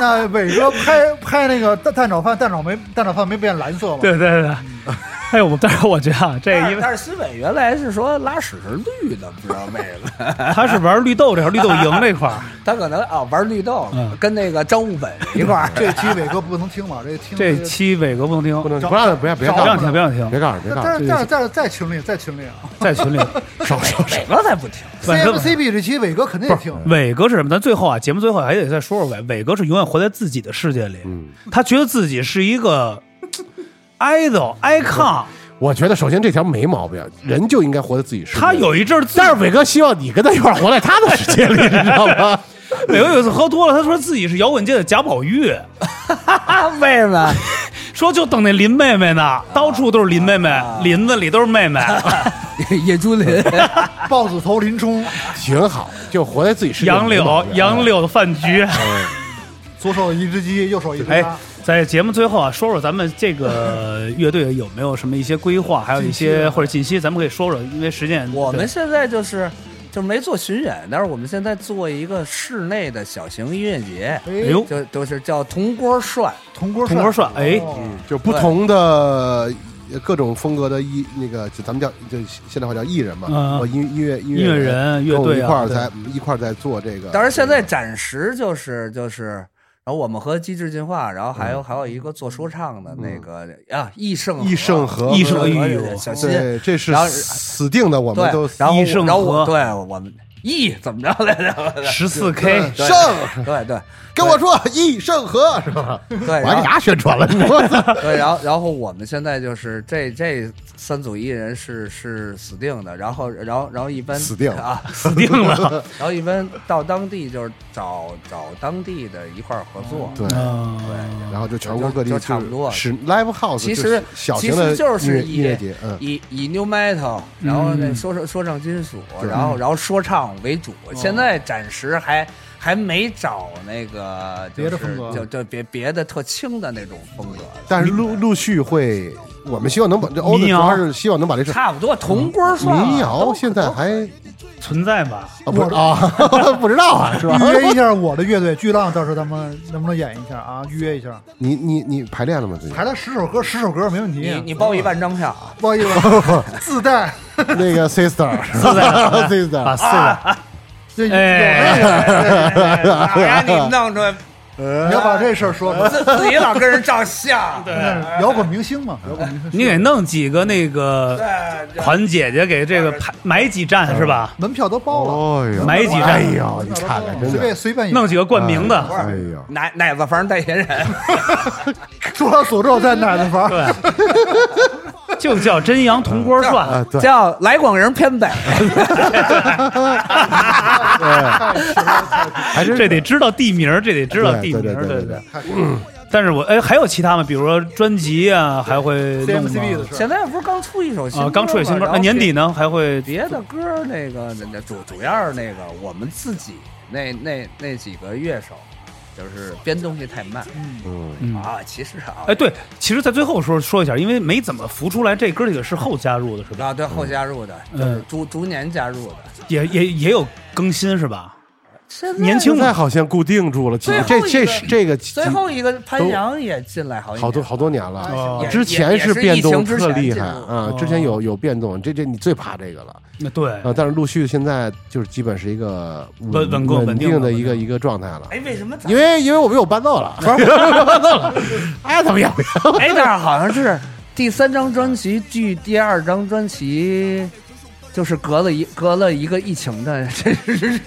A: 那伟哥拍拍那个蛋蛋炒饭，蛋炒没蛋炒饭没变蓝色吗？
B: 对对对对，哎呦，我但是我觉得啊，这 因为
C: 但是新伟原来是说拉屎是绿的，不知道为什么。
B: 他是玩绿豆这块，绿豆蝇这块儿，
C: 他可能啊玩绿豆
B: 嗯，
C: 跟那个张悟本一块 儿。
A: 这期伟哥不能听了，这听
B: 这期伟哥不能听，
D: 不
B: 不
D: 能不让不要别
B: 让
D: 告诉
B: 听，
D: 他
B: 不让听，
D: 别告诉他别告
A: 但
D: 诉
A: 是
D: 他
A: 但是但是在群里，在群 里啊
B: 在群里。
D: 少少少。
C: 伟哥才不听，
B: 伟哥，
A: ，CMCB 这期伟哥肯定也听，
B: 伟哥是什么？咱最后啊，节目最后还得再说说伟。伟哥是永远活在自己的世界里，他觉得自己是一个 idol icon。
D: 我觉得首先这条没毛病，人就应该活在自己世界。
B: 他，有一阵儿自，
D: 但是伟哥希望你跟他一块儿活在他的世界里，你知道吗？
B: 伟哥有一次喝多了，他说自己是摇滚界的贾宝玉，
C: 啊为什么？
B: 说就等那林妹妹呢，到处都是林妹妹，林子里都是妹妹。
C: 野猪林，
A: 豹子头林冲，
D: 挺好，就活在自己世界。
B: 杨
D: 没毛
B: 柳，
D: 病
B: 杨，柳的饭局。
A: 左手一只鸡，右手一只
B: 哎
A: 鸭，，
B: 在节目最后啊，说说咱们这个乐队有没有什么一些规划，还有一些或者近期，咱们可以说说，因为时间
C: 我们
B: 对
C: 现在就是就是没做巡演，但是我们现在做一个室内的小型音乐节，
B: 哎呦，
C: 就就是叫铜锅涮，
A: 铜锅
B: 铜锅涮哎
A: 哦
D: 就不同的呃各种风格的艺那个，就咱们叫就现在话叫艺人嘛，
B: 嗯
D: 哦音音乐音
B: 音乐人乐
D: 跟我们
B: 队
D: 一块
B: 啊
D: 儿，在一块儿在做这个。
C: 当然现在暂时就是就是，然后我们和机智进化，然后还有、还有一个做说唱的那个、啊，易盛和
D: 易盛和
B: 易盛
C: 和
B: 哎呦
C: 小新，
D: 对，这是
C: 然后
D: 死定的，我
C: 对
D: 们都，
C: 然后
B: 易盛
C: 我然后我
B: 和
C: 对我们 易怎么着来着？
B: 十四 K
D: 盛
C: 对对
D: 跟我说易盛和是吧？
C: 对，
D: 我还给
C: 然后
D: 大家宣传了，你 说
C: 对，然后然后我们现在就是这这三组艺人是是死定的，然后然后然后一般
D: 死定了
C: 啊，
B: 死定了。
C: 然后一般到当地就是找找当地的一块儿合作，
D: 对。
B: 嗯，
D: 然后就全国各地
C: 就
D: 就
C: 就差不多
D: 是 live house，
C: 其
D: 就是
C: 实
D: 小
C: 其
D: 型的
C: 实就
D: 音乐
C: 是
D: 音
C: 以
D: 乐节，嗯，
C: 以以 new metal，然后
A: 嗯
C: 那说说说唱金属，然后然后说唱为主。
A: 哦
C: 现在暂时还还没找那个就
A: 别的
C: 是
A: 风格
C: 就就别别的特轻的那种风格，
D: 但是陆陆续会，我们希望能把这欧的
B: 民
D: 主
B: 谣
D: 要是希望能把这事
C: 差不多铜锅涮
D: 嗯民谣现在还
B: 存在 吧？
D: 啊不是啊 不知道啊是吧？
A: 预约一下我的乐队巨浪，到时候咱们能不能演一下啊？预约一下，
D: 你你你排练了吗？最近
A: 排了十首歌，十首歌没问题。
C: 你你包一万张票啊？
A: 不好意思，自带
D: 那个 sister
B: 自在 了
C: 啊
D: sister
B: 啊，四个
A: 这有
B: 哎
A: 那个
C: 把你弄出来
A: 你要把这事儿说出来，
C: 自自己老跟人照 相，对
A: 摇滚明星嘛，摇滚明星
B: 你给弄几个那个
C: 哎
B: 款姐姐给这个排买几
C: 嗯
B: 站是吧？
A: 门票都包了，
D: 哦呀，
B: 买几
D: 哎
B: 站，
D: 呀，你看看，真
A: 随
D: 的
A: 便，随便
B: 弄几个冠名的，
D: 哎呀，
C: 奶奶子房代言人，
A: 中央诅咒在哪儿的房？
B: 对，
C: 嗯
B: 就叫真阳铜锅
D: 啊，
B: 涮，
D: 对，
C: 叫来广人偏北，
D: 还真
B: 这
D: 是
B: 得知道地名儿，这得知道
D: 对
B: 地名儿，
D: 对对对
B: 对。但是我哎，还有其他吗？比如说专辑啊，还会 弄吗
A: CMCB 的事儿，
C: 现在不是刚出一首新歌
B: 啊，
C: 吗
B: 刚出了新歌，
C: 然后
B: 那年底呢还会
C: 别的歌儿那个那主主要是那个我们自己那那那几个乐手，就是编东西太慢、
B: 嗯
C: 啊。其实啊，
B: 哎，对，其实，在最后说说一下，因为没怎么浮出来，这哥几个是后加入的，是吧？
C: 啊，对后加入的，
B: 嗯
C: 就是逐逐年加入的。
B: 也也也有更新，是吧？
C: 现在
B: 年轻
D: 现在好像固定住了，
C: 最后
D: 这
C: 一
D: 这
C: 个
D: 是这个
C: 最后一个潘阳也进来好一
D: 好多
C: 年
D: 好多年了
B: 哦，
D: 之前变
C: 也也
D: 动
C: 也是疫情之
D: 特
C: 前
D: 厉害
C: 进入
D: 啊，
C: 哦
D: 之前有有变动，这这你最怕这个了
B: 那对，
D: 啊，但是陆续现在就是基本是一个
B: 稳稳固
D: 稳
B: 稳定
D: 定
B: 了
D: 的一个
B: 稳定
D: 一个状态了。
C: 哎，为什么咱
D: 因为因为我们有伴奏 了，伴奏了，爱怎么样？
C: 哎，但是好像是第三张专辑距第二张专辑。就是隔了一隔了一个疫情的， 这是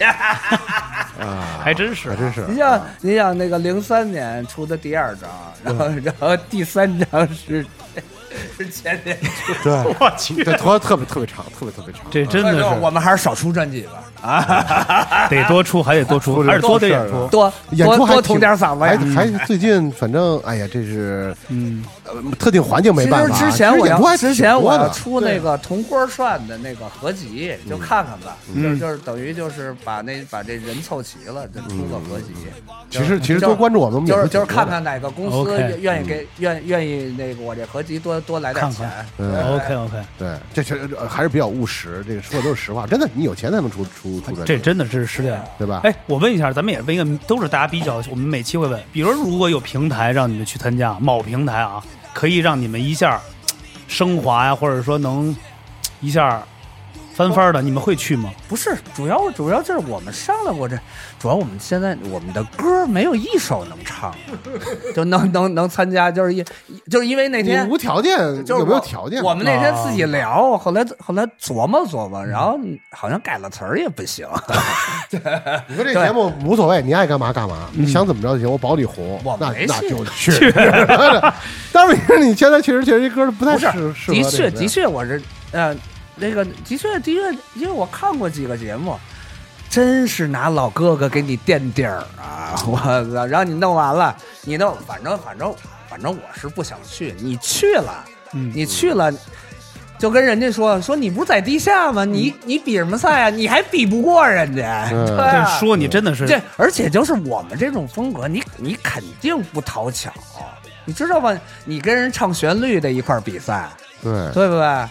B: 还真是
D: 还。真是
C: 你像你想那个零三年出的第二张，然后
D: 嗯
C: 然后第三张是 是前年出 的，
D: 对，
B: 我去，
D: 对，拖得特别特别长，特别特别长。
B: 这真
C: 所以说我
B: 的
C: 们还是少出专辑吧，啊
B: 是得多出，还得多出，
D: 出这
B: 还是多得
D: 事儿
B: 演出
D: 啊。
C: 多
D: 演出
C: 多
D: 还
C: 多
D: 挺
C: 捅点嗓
D: 还
C: 子。
D: 还最近反正哎呀，这是
B: 嗯，
D: 呃特定环境没
C: 其
D: 办
C: 实
D: 法。啊
C: 之前我
D: 演出
C: 要
D: 还
C: 之
D: 挺
C: 前我
D: 多
C: 要
D: 的，嗯
C: 出那个铜锅涮的那个合集，就看看吧，就是就是等于就是把那把这人凑齐了，就出个合集。
D: 嗯其实其实
C: 就
D: 多关注我们，
C: 就
D: 我
C: 是
D: 们
C: 就是
D: 挺多
C: 看
D: 的
C: 看哪个公司
B: OK
C: 愿意给愿愿意那个我这合集多多来点
B: 看
C: 钱
B: 看。
D: 嗯
B: OK OK，
D: 对，这其实呃还是比较务实，这个说的都是实话，真的，你有钱才能出出
C: 啊
D: 出专
B: 这
D: 辑，
B: 真的是失恋。
D: 对吧？
B: 哎，我问一下，咱们也问一个，都是大家比较，我们每期会问，比如如果有平台让你们去参加，某平台啊，可以让你们一下嘖升华呀、或者说能嘖一下翻番的，你们会去吗？
C: 不是，主要主要就是我们商量过这，主要我们现在我们的歌没有一首能唱，就能能能参加，就是因就是因为那
D: 你
C: 天
D: 无条件
C: 就是
D: 有没有条件？
C: 我们那天
B: 啊
C: 自己聊，后来后来琢磨琢磨，然后好像改了词儿也 不行，
D: 你说这节目无所谓，你爱干嘛干嘛，你想怎么着就行，我保你红
C: 嗯我，
D: 那
C: 没
D: 那
C: 去
D: 就去。但是你说你现在确实确实这歌不太
C: 不是
D: 适适合
C: 的
D: 这
C: 确
D: 个
C: 的确我是呃那个的确的确，因为我看过几个节目。真是拿老哥哥给你垫底儿啊！我操，让你弄完了，你弄，反正反正反正我是不想去，你去了，
B: 嗯
C: 你去了，就跟人家说说你不是在地下吗？你你比什么赛啊？你还比不过人家，
D: 嗯
C: 对
B: 但
C: 啊
B: 是说你真的是
C: 这而且就是我们这种风格，你你肯定不讨巧，你知道吧？你跟人唱旋律的一块儿比赛，
D: 对。
C: 对不对？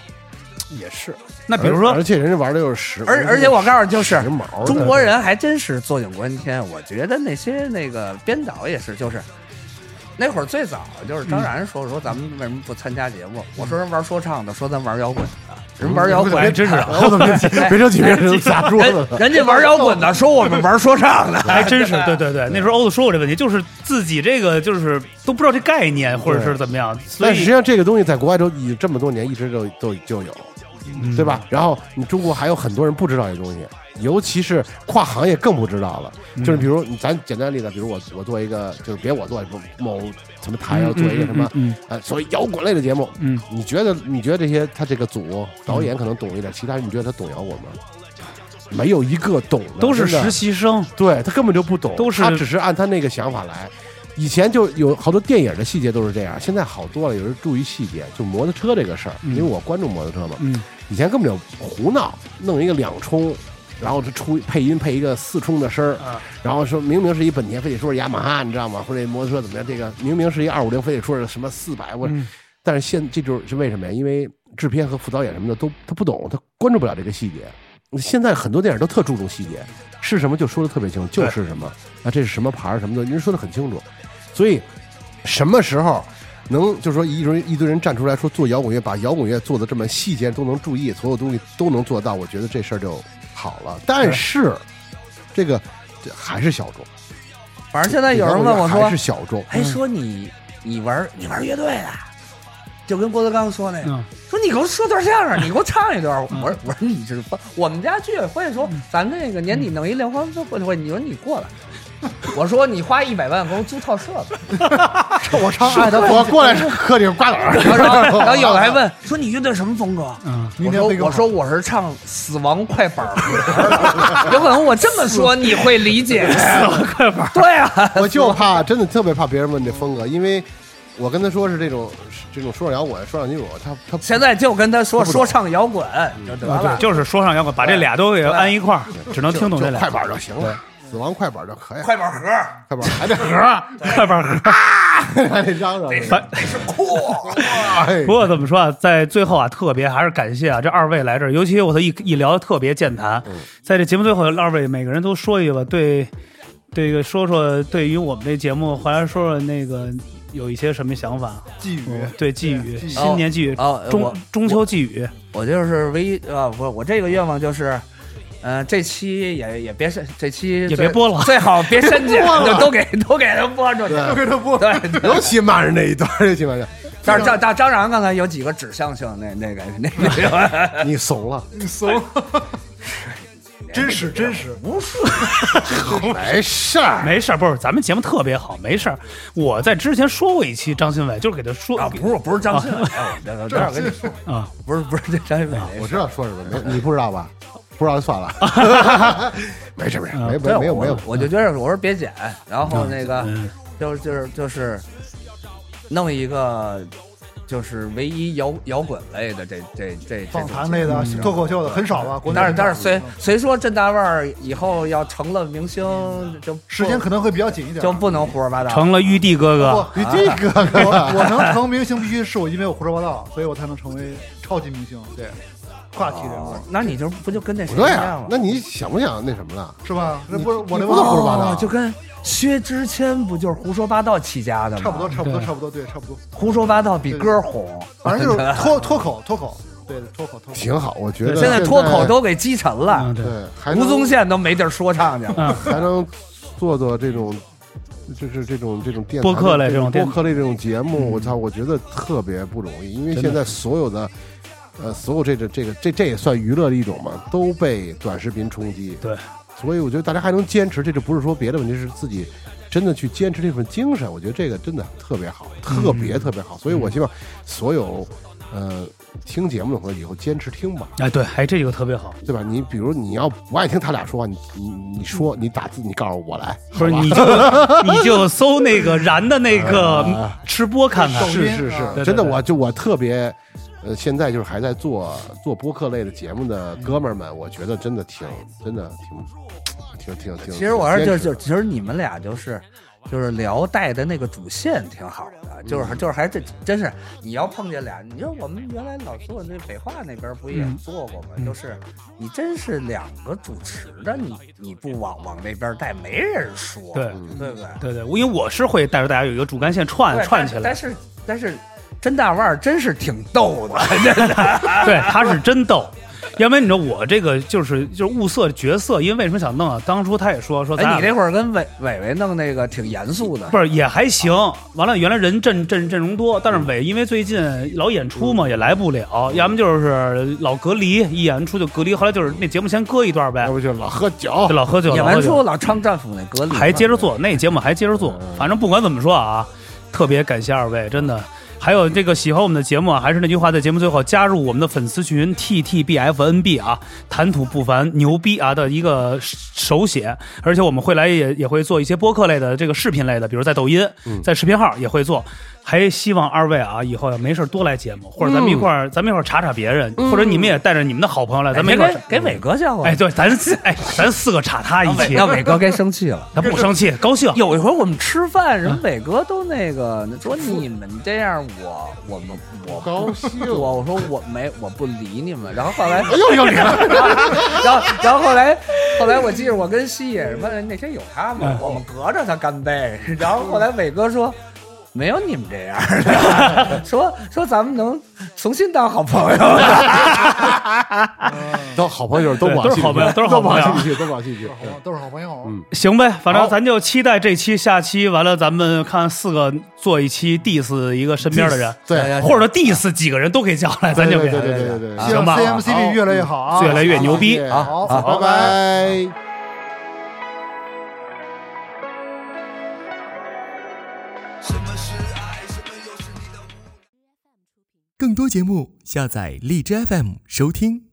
B: 也是。那比如说
D: 而，且人家玩的又是实，
C: 而而且我告诉你，就是
D: 时髦的
C: 中国人还真是坐井观天。我觉得那些那个编导也是，就是那会儿最早就是
D: 嗯
C: 张然说说咱们为什么不参加节目？我说人玩说唱的，说咱玩摇滚的，人哎玩摇滚
B: 还真是，
D: 嗯我怎么 别别着急，别着急，砸桌子
C: 人
D: 了。
C: 人家玩摇滚的说我们玩说唱的，
B: 还真是，对对对，那时候欧子说过这问题，就是自己这个就是都不知道这概念或者是怎么样，所
D: 但实际
B: 以
D: 上，这个东西在国外都已这么多年一直都都就有，
C: 嗯
D: 对吧？然后你中国还有很多人不知道这东西，尤其是跨行业更不知道了。
C: 嗯
D: 就是比如你咱简单例子，比如我我做一个，就是别我做某某什么台要啊做一个什么
B: 嗯
D: 呃所谓摇滚类的节目，
B: 嗯，
D: 你觉得你觉得这些他这个组导演可能懂一点，其他人你觉得他懂摇滚吗？没有一个懂的，
B: 都是
D: 真的
B: 实习生，
D: 对他根本就不懂，
B: 都是
D: 他只是按他那个想法来。以前就有好多电影的细节都是这样，现在好多了，有人注意细节，就摩托车这个事儿，因为我关注摩托车嘛，
B: 嗯，
D: 以前根本就胡闹，弄一个两冲，然后就出配音配一个四冲的声儿，
B: 啊
D: 然后说明明是一本田，非得说是雅马哈，你知道吗？或者摩托车怎么样？这个明明是一二五零，非得说是什么四百，我、
B: 嗯
D: 但是现这就是是为什么呀？因为制片和副导演什么的都他不懂，他关注不了这个细节。现在很多电影都特注重细节，是什么就说的特别清楚，就是什么啊，这是什么牌儿什么的，人说的很清楚。所以什么时候能就是说一堆一堆人站出来说做摇滚乐，把摇滚乐做的这么细节都能注意，所有东西都能做到，我觉得这事儿就好了。但是这个这还是小众，
C: 反正现在有人问我
D: 还
C: 说
D: 是，小众，
C: 哎，说你你玩你玩乐队的，就跟郭德纲说那个，
B: 嗯
C: 说你给我说段相声，你给我唱一 段。我说我说你是不，我们家居委会说咱这个年底弄一联欢晚会，你说你过来。我说你花一百万给我租套设 啊备，
D: 我唱爱的 我过来喝点瓜子儿，
C: 然后然后然后有的还问 说你乐队什么风格？
B: 嗯，
A: 明
C: 我
A: 天
C: 说
A: 被告
C: 我说我是唱死亡快板儿， 有可能我这么说你会理解。 死亡快板，对啊，
D: 我就怕真的特别怕别人问这风格，因为我跟他说是这种这种说唱摇滚、说唱金属，他他
C: 现在就跟他说说唱摇滚就得
B: 啊
C: 了
B: 对，。就是说唱摇滚，把这俩都给安一块儿，只能听懂这
D: 就
B: 俩。
D: 快板就行了，死亡快板就可以，
C: 快板盒儿
D: 快板还得合，
B: 快板盒。
D: 还得嚷嚷。
B: 反
C: 是酷，
D: 哎
B: 不过怎么说啊，在最后啊，特别还是感谢啊这二位来这儿，尤其我操一一聊的特别健谈，
D: 嗯
B: 在这节目最后，二位每个人都说一个吧，对这个说说对于我们这节目，回来说说那个有一些什么想法，
A: 寄语
B: 对寄语，
D: 嗯
A: 寄语
B: 新年寄语，
C: 哦哦
B: 中
C: 我
B: 中秋寄语，
C: 我就是唯一啊，我我这个愿望就是，呃，这期也也别删，这期
B: 也
C: 最
B: 别播了
C: 最好别删减，
D: 播了
C: 就都给都给他播出去。
D: 对
A: 给他播
C: 对，对
D: 尤其骂人那一段，尤其骂人，
C: 但是张张张然刚才有几个指向性，那那个那个那个，
D: 你怂 了，
A: 怂，真是真是，
C: 不是
D: 没事儿，
B: 没事儿，不是咱们节目特别好，没事儿，我在之前说过一期张新伟，就是给他说
C: 啊，不是不是张信伟，哎我我待会儿跟你说，
B: 啊，
C: 不是不是这张信伟，
D: 我知道说什么，没你不知道吧？不知道就算 了，没事没事，没没有没有没有，
C: 我就觉得我说别剪，然后那个
B: 嗯
C: 就是就是就是弄一个就是唯一摇摇滚类的这这这这
A: 访
C: 种
A: 谈
C: 节
A: 类的啊
C: 目
A: 脱口秀的很少嗯吧？国内
C: 但是但是
A: 很
C: 谁谁说郑大腕儿以后要成了明星就不
A: 少时间可能会比较紧一点。
C: 就不能胡说八道？
B: 成了玉帝哥哥，
A: 不，
D: 你这个
A: 我我能成明星，必须是我因为我胡说八道，所以我才能成为超级明星，对，话题人物
C: 哦那你就不就跟那谁
D: 不对
C: 一
D: 啊
C: 样？了
D: 那你想不想那什么了？
A: 是吧？那不是我那
D: 你不能胡说八道
C: 哦就跟薛之谦不就是胡说八道起家的吗？
A: 差不多，差不多，差不多，嗯对，差不多，
C: 胡说八道比歌红，
A: 反正 就是脱脱口，脱口，对，脱口，脱口。
D: 挺好，我觉得
C: 现在脱口都给击沉了
B: 嗯，，对，
D: 对，还
C: 吴
D: 能
C: 宗宪都没地儿说唱去了。
D: 还能做做这种，就是这种这种电台
B: 播客类
D: 这
B: 这种
D: 播
B: 电嗯
D: 客类这种节目，我操，我觉得特别不容易，因为
B: 真的
D: 现在所有的。呃，所有这个这个这这也算娱乐的一种嘛，都被短视频冲击。
B: 对，
D: 所以我觉得大家还能坚持，这就不是说别的问题，是自己真的去坚持这份精神。我觉得这个真的特别好，
B: 嗯
D: 特别特别好。所以我希望所有呃听节目的朋友以后坚持听吧。
B: 哎对，哎这个特别好，
D: 对吧？你比如你要不爱听他俩说话，你你你说你打字，你告诉我来，
B: 不是
D: 好吧
B: 你就你就搜那个燃的那个吃播看看，
A: 是
D: 是
A: 啊
D: 是，
B: 对
D: 真的，
B: 对对
D: 我就我特别，呃，现在就是还在做做播客类的节目的哥们儿们，我觉得真的挺真的挺挺挺挺。
C: 其实我是就
D: 坚持
C: 是就其实你们俩就是就是聊带的那个主线挺好的，就是
B: 嗯
C: 就是还这真是你要碰见俩，你说我们原来老做那北化那边不也
B: 嗯
C: 做过吗？就是你真是两个主持的，你你不往往那边带，没人说，
B: 对嗯
C: 对不对？
B: 对对，我因为我是会带着大家有一个主干线串
C: 对
B: 串起
C: 但
B: 来，
C: 是但是。真大腕儿真是挺逗的，真的。
B: 对，他是真逗。要不然你说我这个就是就是物色角色，因为为什么想弄啊？当初他也说说咱
C: 哎，
B: 俩
C: 你那会儿跟伟伟伟弄那个挺严肃的，
B: 不是也还行。完了，原来人阵阵阵容多，但是伟因为最近老演出嘛，也来不了，要么就是老隔离，一演完出就隔离。后来就是那节目先搁一段呗
D: 要，不就老喝酒
B: 就，老喝酒，
C: 演
B: 老
C: 完
B: 喝酒
C: 出老唱战斧那隔离，
B: 还接着做那节目，还接着做。
C: 嗯
B: 反正不管怎么说啊，特别感谢二位，真的。还有这个喜欢我们的节目啊，还是那句话，在节目最后加入我们的粉丝群 T T B F N B 啊，谈吐不凡，牛逼啊的一个手写，而且我们会来也也会做一些播客类的这个视频类的，比如在抖音，
C: 嗯
B: 在视频号也会做。还希望二位啊，以后没事多来节目，或者咱们一块
C: 嗯
B: 儿，咱们一块儿查查别人，或者你们也带着你们的好朋友来，
C: 哎，
B: 咱们一
C: 给
B: 块儿
C: 伟。给伟哥叫过来
B: 哎，，对，咱哎，咱四个插他一起，
C: 让伟哥该生气了。
B: 他不生气，高兴。
C: 有一回我们吃饭，人伟哥都那个说你们这样，我我们我
D: 高兴。
C: 我我说我没我不理你们。然后后来，
D: 又又领了，
C: 然后然后后来后来我记着我嗯跟西野问那天有他吗？我们隔着他干杯。然后后来伟哥说。没有你们这样的，说说咱们能重新当好朋友了。
E: 都好朋友都往
B: 对都是
E: 心里
B: 好朋友
E: 去
B: 都是好
E: 都往
B: 朋友
E: 心里去，都往心里去。
A: 都是好朋友。啊
E: 嗯
B: 行呗，反
E: 好
B: 正咱就期待这期、下期完了，咱们看四个做一期 diss 一个身边的人，
E: 对，
B: 或者 diss 几个人都可以叫来，咱就
E: 对
B: 给
E: 对对对对对对，
A: 希望
B: 啊行吧
A: CMCB 越来越好啊，
B: 越来越牛逼。
A: 好，
C: 好
A: 拜
E: 拜拜。
F: 更多节目，下载荔枝 FM 收听。